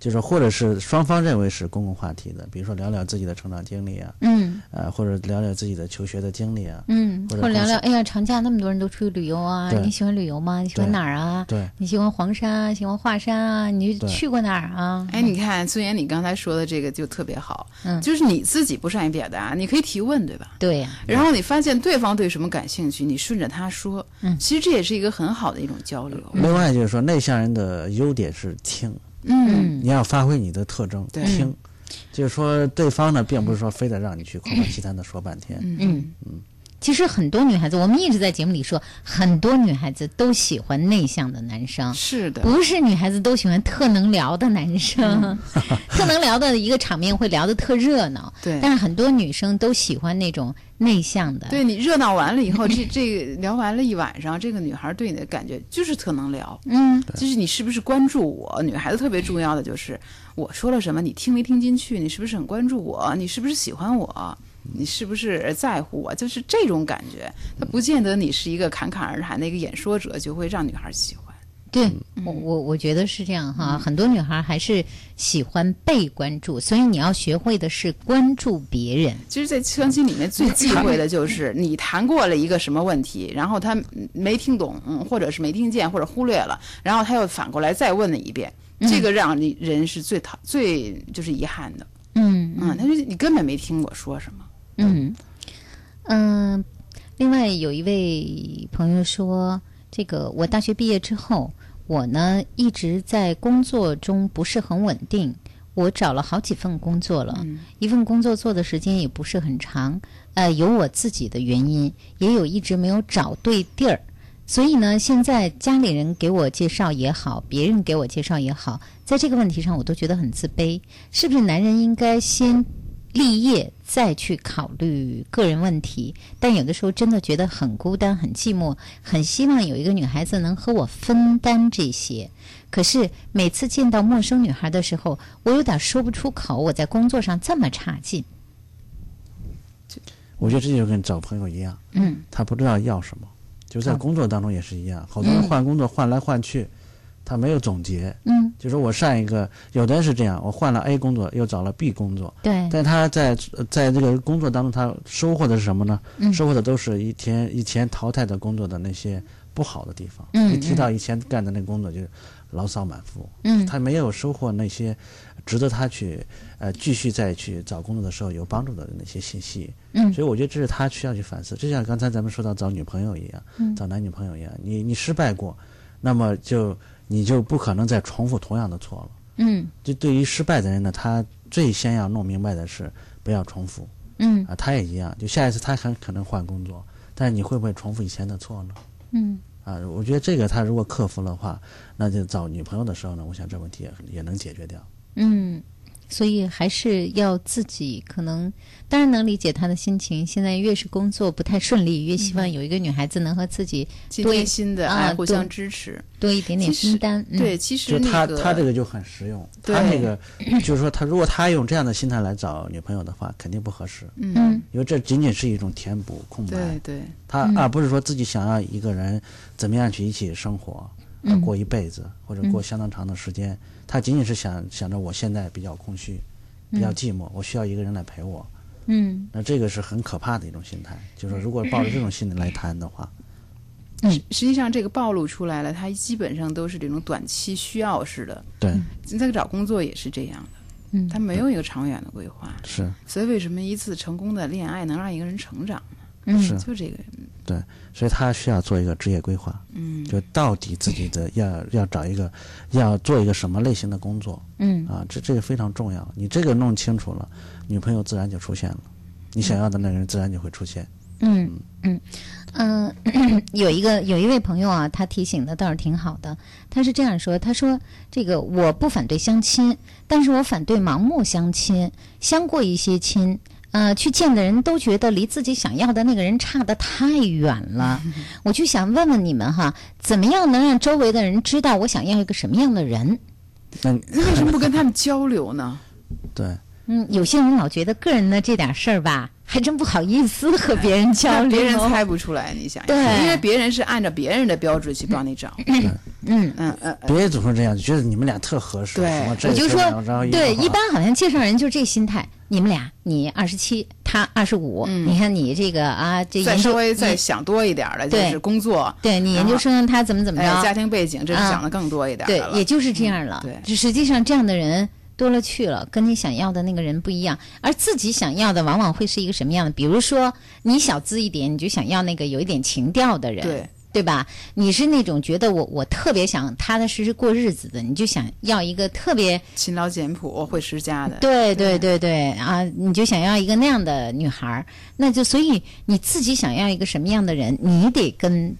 就是或者是双方认为是公共话题的，比如说聊聊自己的成长经历啊，
嗯
呃，或者聊聊自己的求学的经历啊，
嗯，
或
或者
者
聊
公司
聊，哎呀，长假那么多人都出去旅游啊，
对
你喜欢旅游吗？你喜欢
对
哪儿啊？
对，
你喜欢黄山啊？喜欢华山啊？你
对
去过哪儿啊？
哎，你看孙岩，你刚才说的这个就特别好，
嗯
就是你自己不善于表达，你可以提问，对吧？
对呀，
然后你发现对方对什么感兴趣，你顺着他说，
嗯
其实这也是一个很好的一种交流，
另外就是说内向人的优点是听，
嗯，
你要发挥你的特征，
对
嗯
听，就是说对方呢，并不是说非得让你去夸夸其谈的说半天，
嗯其实很多女孩子，我们一直在节目里说，很多女孩子都喜欢内向的男生。
是的，嗯
不是女孩子都喜欢特能聊的男 生， 特能聊的一个场面会聊得特热闹，
对
但是很多女生都喜欢那种内向的，
对你热闹完了以后，这这个聊完了一晚上，这个女孩对你的感觉就是特能聊，
嗯，
就是你是不是关注我？女孩子特别重要的就是我说了什么，你听没听进去？你是不是很关注我？你是不是喜欢我？你是不是在乎我？就是这种感觉，它不见得你是一个侃侃而谈的一个演说者就会让女孩喜欢。
对
嗯
我我我觉得是这样哈，很多女孩还是喜欢被关注，所以你要学会的是关注别人。
其实，在相亲里面最忌讳的就是你谈过了一个什么问题，然后他没听懂，嗯或者是没听见，或者忽略了，然后他又反过来再问了一遍，这个让你人是最讨最就是遗憾的。
嗯
嗯，他就你根本没听我说什么。
嗯嗯、另外有一位朋友说，这个我大学毕业之后，我呢一直在工作中不是很稳定。我找了好几份工作了，一份工作做的时间也不是很长，呃，有我自己的原因，也有一直没有找对地儿，所以呢，现在家里人给我介绍也好，别人给我介绍也好，在这个问题上我都觉得很自卑。是不是男人应该先立业，再去考虑个人问题？但有的时候真的觉得很孤单、很寂寞，很希望有一个女孩子能和我分担这些。可是每次见到陌生女孩的时候，我有点说不出口，我在工作上这么差劲。
我觉得这就跟找朋友一样，
嗯，
他不知道要什么，就在
哦
工作当中也是一样，好多人
嗯
换工作换来换去，他没有总结，
嗯，
就说我上一个，有的人是这样，我换了 A 工作，又找了 B 工作，
对，
但他在呃在这个工作当中，他收获的是什么呢？
嗯
收获的都是以前以前淘汰的工作的那些不好的地方。
嗯
一提到以前干的那工作，就是牢骚满腹。
嗯
他没有收获那些值得他去呃继续再去找工作的时候有帮助的那些信息。
嗯
所以我觉得这是他需要去反思。就像刚才咱们说到找女朋友一样，
嗯
找男女朋友一样，你你失败过，那么就你就不可能再重复同样的错了。
嗯
就对于失败的人呢，他最先要弄明白的是不要重复
嗯
啊，他也一样，就下一次他很可能换工作，但是你会不会重复以前的错呢？
嗯
啊，我觉得这个他如果克服的话，那就找女朋友的时候呢，我想这问题也也能解决掉。
嗯，所以还是要自己可能，当然能理解她的心情。现在越是工作不太顺利，越
嗯
希望有一个女孩子能和自己
尽
多一
尽心的
啊
爱，互相
多
支持。
多一点点
其实
分担。嗯
对，其实
就他
那个
他这个就很实用，
对
他那个就是说他如果他用这样的心态来找女朋友的话，肯定不合适，
嗯，
因为这仅仅是一种填补空白
对。对，
他
嗯
而不是说自己想要一个人怎么样去一起生活，
嗯
呃过一辈子或者
嗯
过相当长的时间，他仅仅是想想着我现在比较空虚，比较寂寞，我需要一个人来陪我。
嗯
那这个是很可怕的一种心态，就是说如果抱着这种心理来谈的话，
实实际上这个暴露出来了，他基本上都是这种短期需要式的。
对，
你在找工作也是这样的，
嗯
他没有一个长远的规划。
是
所以为什么一次成功的恋爱能让一个人成长呢？
嗯
是，
就这个，
对，所以他需要做一个职业规划，
嗯，
就到底自 己的要要找一个，要做一个什么类型的工作
嗯
啊，这这个非常重要。你这个弄清楚了，女朋友自然就出现了，你想要的那个人自然就会出现。
嗯嗯嗯、 有一个有一位朋友啊，他提醒的倒是挺好的。他是这样说：“他说这个我不反对相亲，但是我反对盲目相亲，相过一些亲。”呃，去见的人都觉得离自己想要的那个人差得太远了，
嗯
我就想问问你们哈，怎么样能让周围的人知道我想要一个什么样的人？
那你
那为什么不跟他们交流呢？
对，
嗯，有些人老觉得个人的这点事儿吧，还真不好意思和别人 交
那
流。
别人猜不出来，你想一想，
对
因为别人是按照别人的标准去帮你找，
嗯，
嗯嗯，嗯
别总是这样，觉得你们俩特合适，
对
什么这
我就
这
说
那然后，
对，
一
一般好像介绍人就这心态。你们俩，你二十七，他二十五。你看你这个啊，这
嗯再
研
稍
究，
微
你
再想多一点儿的，就
对
是工作，
对你研
然
究
后
生他怎么怎么
哎，家
着，
庭背景，这是
啊
想的更多一点
对
儿，了嗯
也就是这样了。
对
对，实际上这样的人多了去了，跟你想要的那个人不一样。而自己想要的往往会是一个什么样的？比如说你小资一点，你就想要那个有一点情调的人。
对。
对吧？你是那种觉得我我特别想踏踏实实过日子的，你就想要一个特别
勤劳简朴会持家的，
对对对对啊，你就想要一个那样的女孩儿，那就所以你自己想要一个什么样的人，你得跟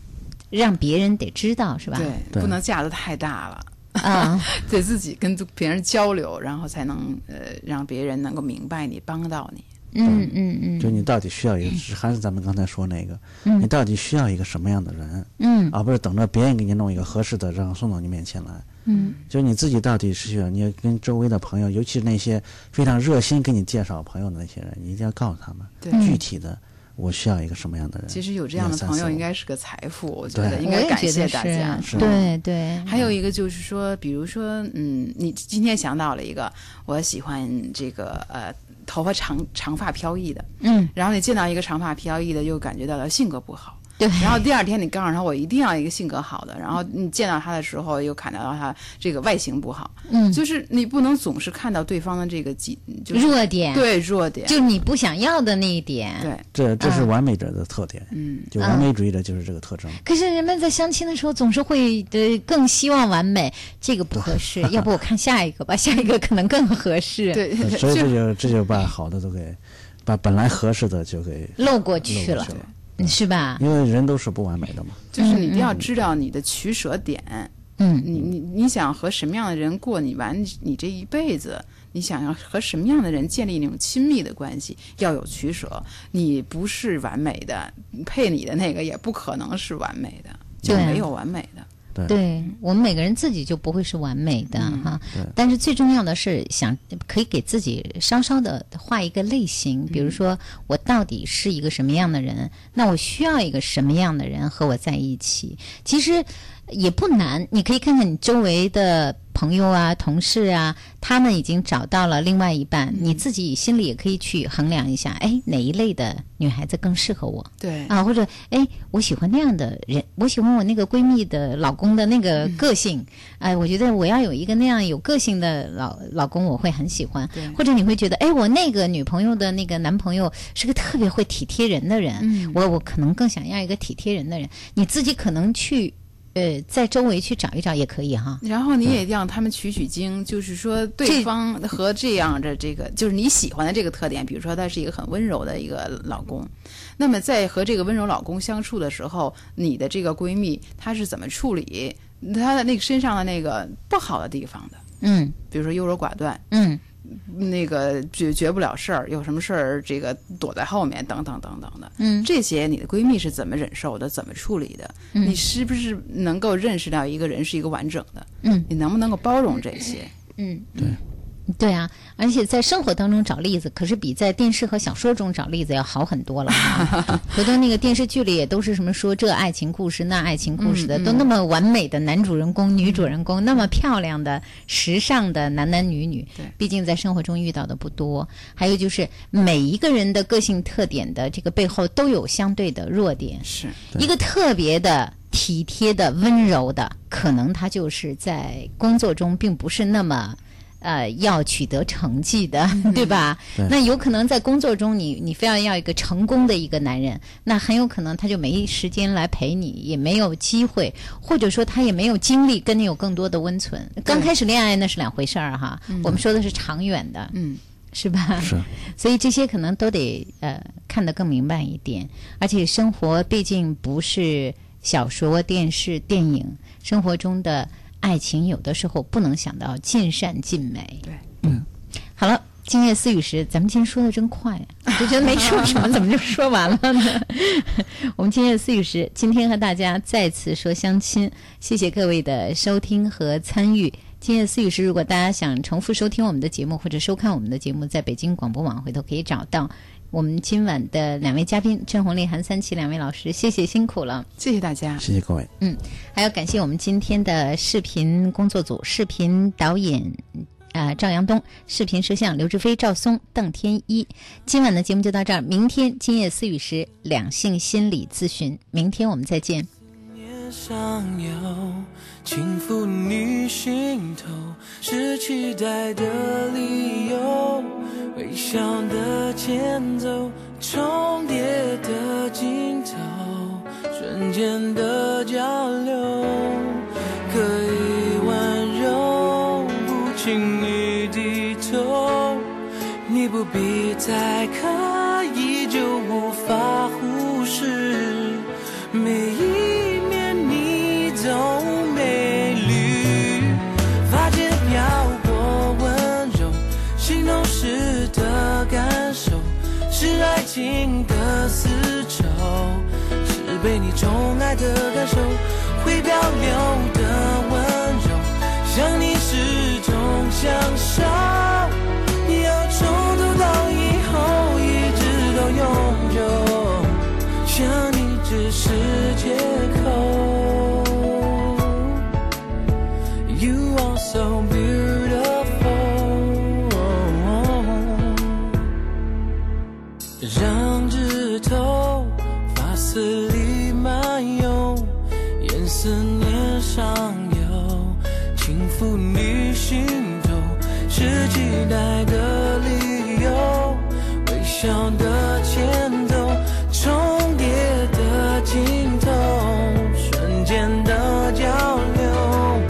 让别人得知道是吧？
对，
对
不能架得太大了，
啊，
得自己跟别人交流，然后才能呃让别人能够明白你，帮到你。
嗯嗯嗯
就你到底需要一个，还是咱们刚才说那个，
嗯
你到底需要一个什么样的人，
嗯
而不是等着别人给你弄一个合适的，然后送到你面前来。
嗯
就你自己到底是需要，你要跟周围的朋友，尤其是那些非常热心给你介绍朋友的那些人，你一定要告诉他们
对，
嗯
具体的我需要一个什么样的人。
其实有这样的朋友应该是个财富，我觉得
对
嗯
应
我也
该感
觉
谢
得
大家。
是，对对，
还有一个就是说，比如说，嗯，你今天想到了一个，我喜欢这个呃，头发长长发飘逸的，
嗯
然后你见到一个长发飘逸的，又感觉到他性格不好。
对
然后第二天你告诉他我一定要一个性格好的，然后你见到他的时候又看到他这个外形不好，
嗯
就是你不能总是看到对方的这个几就是
弱点，，
对弱点，
就你不想要的那一点。
对，
这这是
啊
完美者的特点，
嗯，
就完美主义者就是这个特征。
可是人们在相亲的时候总是会呃更希望完美，这个不合 适。要不我看下一个吧，下一个可能更合适。，
对，
呃所以
就
这就这就把好的都给，把本来合适的就给
漏过
漏
去了
去，了，
嗯是吧？
因为人都是不完美的嘛。
就是你一定要知道你的取舍点，
嗯
你你你想和什么样的人过你完你这一辈子，你想要和什么样的人建立那种亲密的关系，要有取舍。你不是完美的，配你的那个也不可能是完美的，就
对
没有完美的。
对我们每个人自己就不会是完美的、哈，但是最重要的是想可以给自己稍稍的画一个类型，比如说我到底是一个什么样的人，那我需要一个什么样的人和我在一起。其实也不难，你可以看看你周围的朋友啊、同事啊，他们已经找到了另外一半，你自己心里也可以去衡量一下，哎，哪一类的女孩子更适合我？
对，
啊，或者哎，我喜欢那样的人，我喜欢我那个闺蜜的老公的那个
嗯
个性，哎，我觉得我要有一个那样有个性的老老公，我会很喜欢
对。
或者你会觉得，哎，我那个女朋友的那个男朋友是个特别会体贴人的人，
嗯
我我可能更想要一个体贴人的人。你自己可能去呃，在周围去找一找也可以哈。
然后你也让他们取取经，就是说对
这
方和这样的这个，就是你喜欢的这个特点，比如说他是一个很温柔的一个老公，那么在和这个温柔老公相处的时候，你的这个闺蜜她是怎么处理她的那个身上的那个不好的地方的，
嗯
比如说优柔寡断，
嗯
那个绝绝不了事儿，有什么事儿这个躲在后面，等等等等的。
嗯
这些你的闺蜜是怎么忍受的，怎么处理的？
嗯
你是不是能够认识到一个人是一个完整的？
嗯
你能不能够包容这些？
嗯，对。对啊，而且在生活当中找例子，可是比在电视和小说中找例子要好很多了啊。 回头那个电视剧里也都是什么说这爱情故事、那爱情故事的，
嗯嗯
都那么完美的男主人公、女主人公，那么漂亮的、时尚的男男女女。
对
毕竟在生活中遇到的不多。还有就是每一个人的个性特点的这个背后都有相对的弱点，
是
一个特别的体贴的、温柔的，可能他就是在工作中并不是那么。呃，要取得成绩的， 对吧？
嗯对
那有可能在工作中你，你非要要一个成功的一个男人，那很有可能他就没时间来陪你，也没有机会，或者说他也没有精力跟你有更多的温存。刚开始恋爱那是两回事儿哈，我们说的是长远的，
嗯，
是吧？
嗯是。
所以这些可能都得呃看得更明白一点，而且生活毕竟不是小说、电视、电影，生活中的爱情有的时候不能想到尽善尽美。
对，
嗯，好了。今夜思雨时，咱们今天说的真快啊呀、我 就觉得没说什么，怎么就说完了呢？ 我们今夜思雨时，今天和大家再次说相亲，谢谢各位的收听和参与。今夜思雨时，如果大家想重复收听我们的节目或者收看我们的节目，在北京广播网回头可以找到。我们今晚的两位嘉宾郑红丽、韩三奇两位老师，谢谢辛苦了。
谢谢大家。
谢谢各位。
还要感谢我们今天的视频工作组、视频导演呃赵阳东、视频摄像刘志飞、赵松、邓天一。今晚的节目就到这儿，明天今夜思雨时两性心理咨询，明天我们再见。
年上有轻抚你心头，是期待的理由，微笑的前奏，重叠的镜头，瞬间的交流，可以温柔，不轻易低头，你不必再刻意，就无法忽视。每一面你都美丽，发间飘过温柔，心动时的感受，是爱情的丝绸，是被你宠爱的感受，会漂流的温柔，想你始终享受，要从头到以后一直到永久。想你只是借口。You are so beautiful，让指头发丝里漫游，沿思念上游，轻抚你心头，是期待的理由。微笑的前奏，重叠的镜头，瞬间的交流，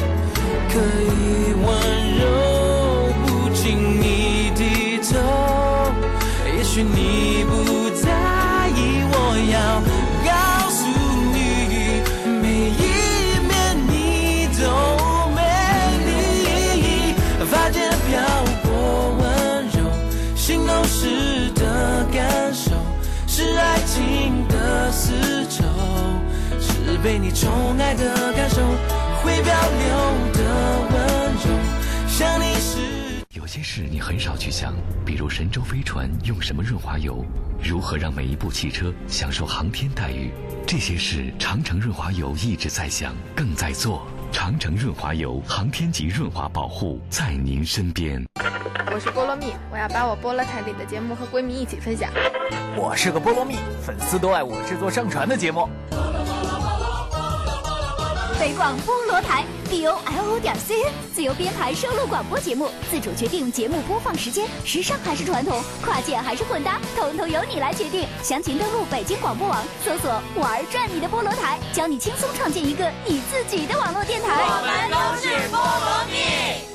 可以温柔，不经意低头，也许你不在意，我要告诉你，每一面你都美丽，发间飘过温柔。心动时的感受，是爱情的丝绸，是被你宠爱的感受，会漂流的温柔，想你时。
有些事你很少去想，比如神舟飞船用什么润滑油，如何让每一部汽车享受航天待遇，这些事长城润滑油一直在想，更在做。长城润滑油，航天级润滑保护，在您身边。
我是菠萝蜜，我要把我菠萝台里的节目和闺蜜一起分享。
我是个菠萝蜜，粉丝都爱我制作上传的节目。
北广菠萝台 b o l o 点 c n 自由编排收录广播节目，自主决定节目播放时间，时尚还是传统，跨界还是混搭，统统由你来决定。详情登录北京广播网，搜索“玩转你的菠萝台”，教你轻松创建一个你自己的网络电台。我们都是菠萝蜜。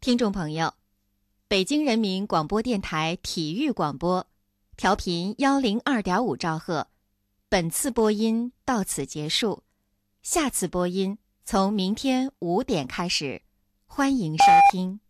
听众朋友，北京人民广播电台体育广播，调频幺零二点五兆赫，本次播音到此结束，下次播音从明天五点开始，欢迎收听。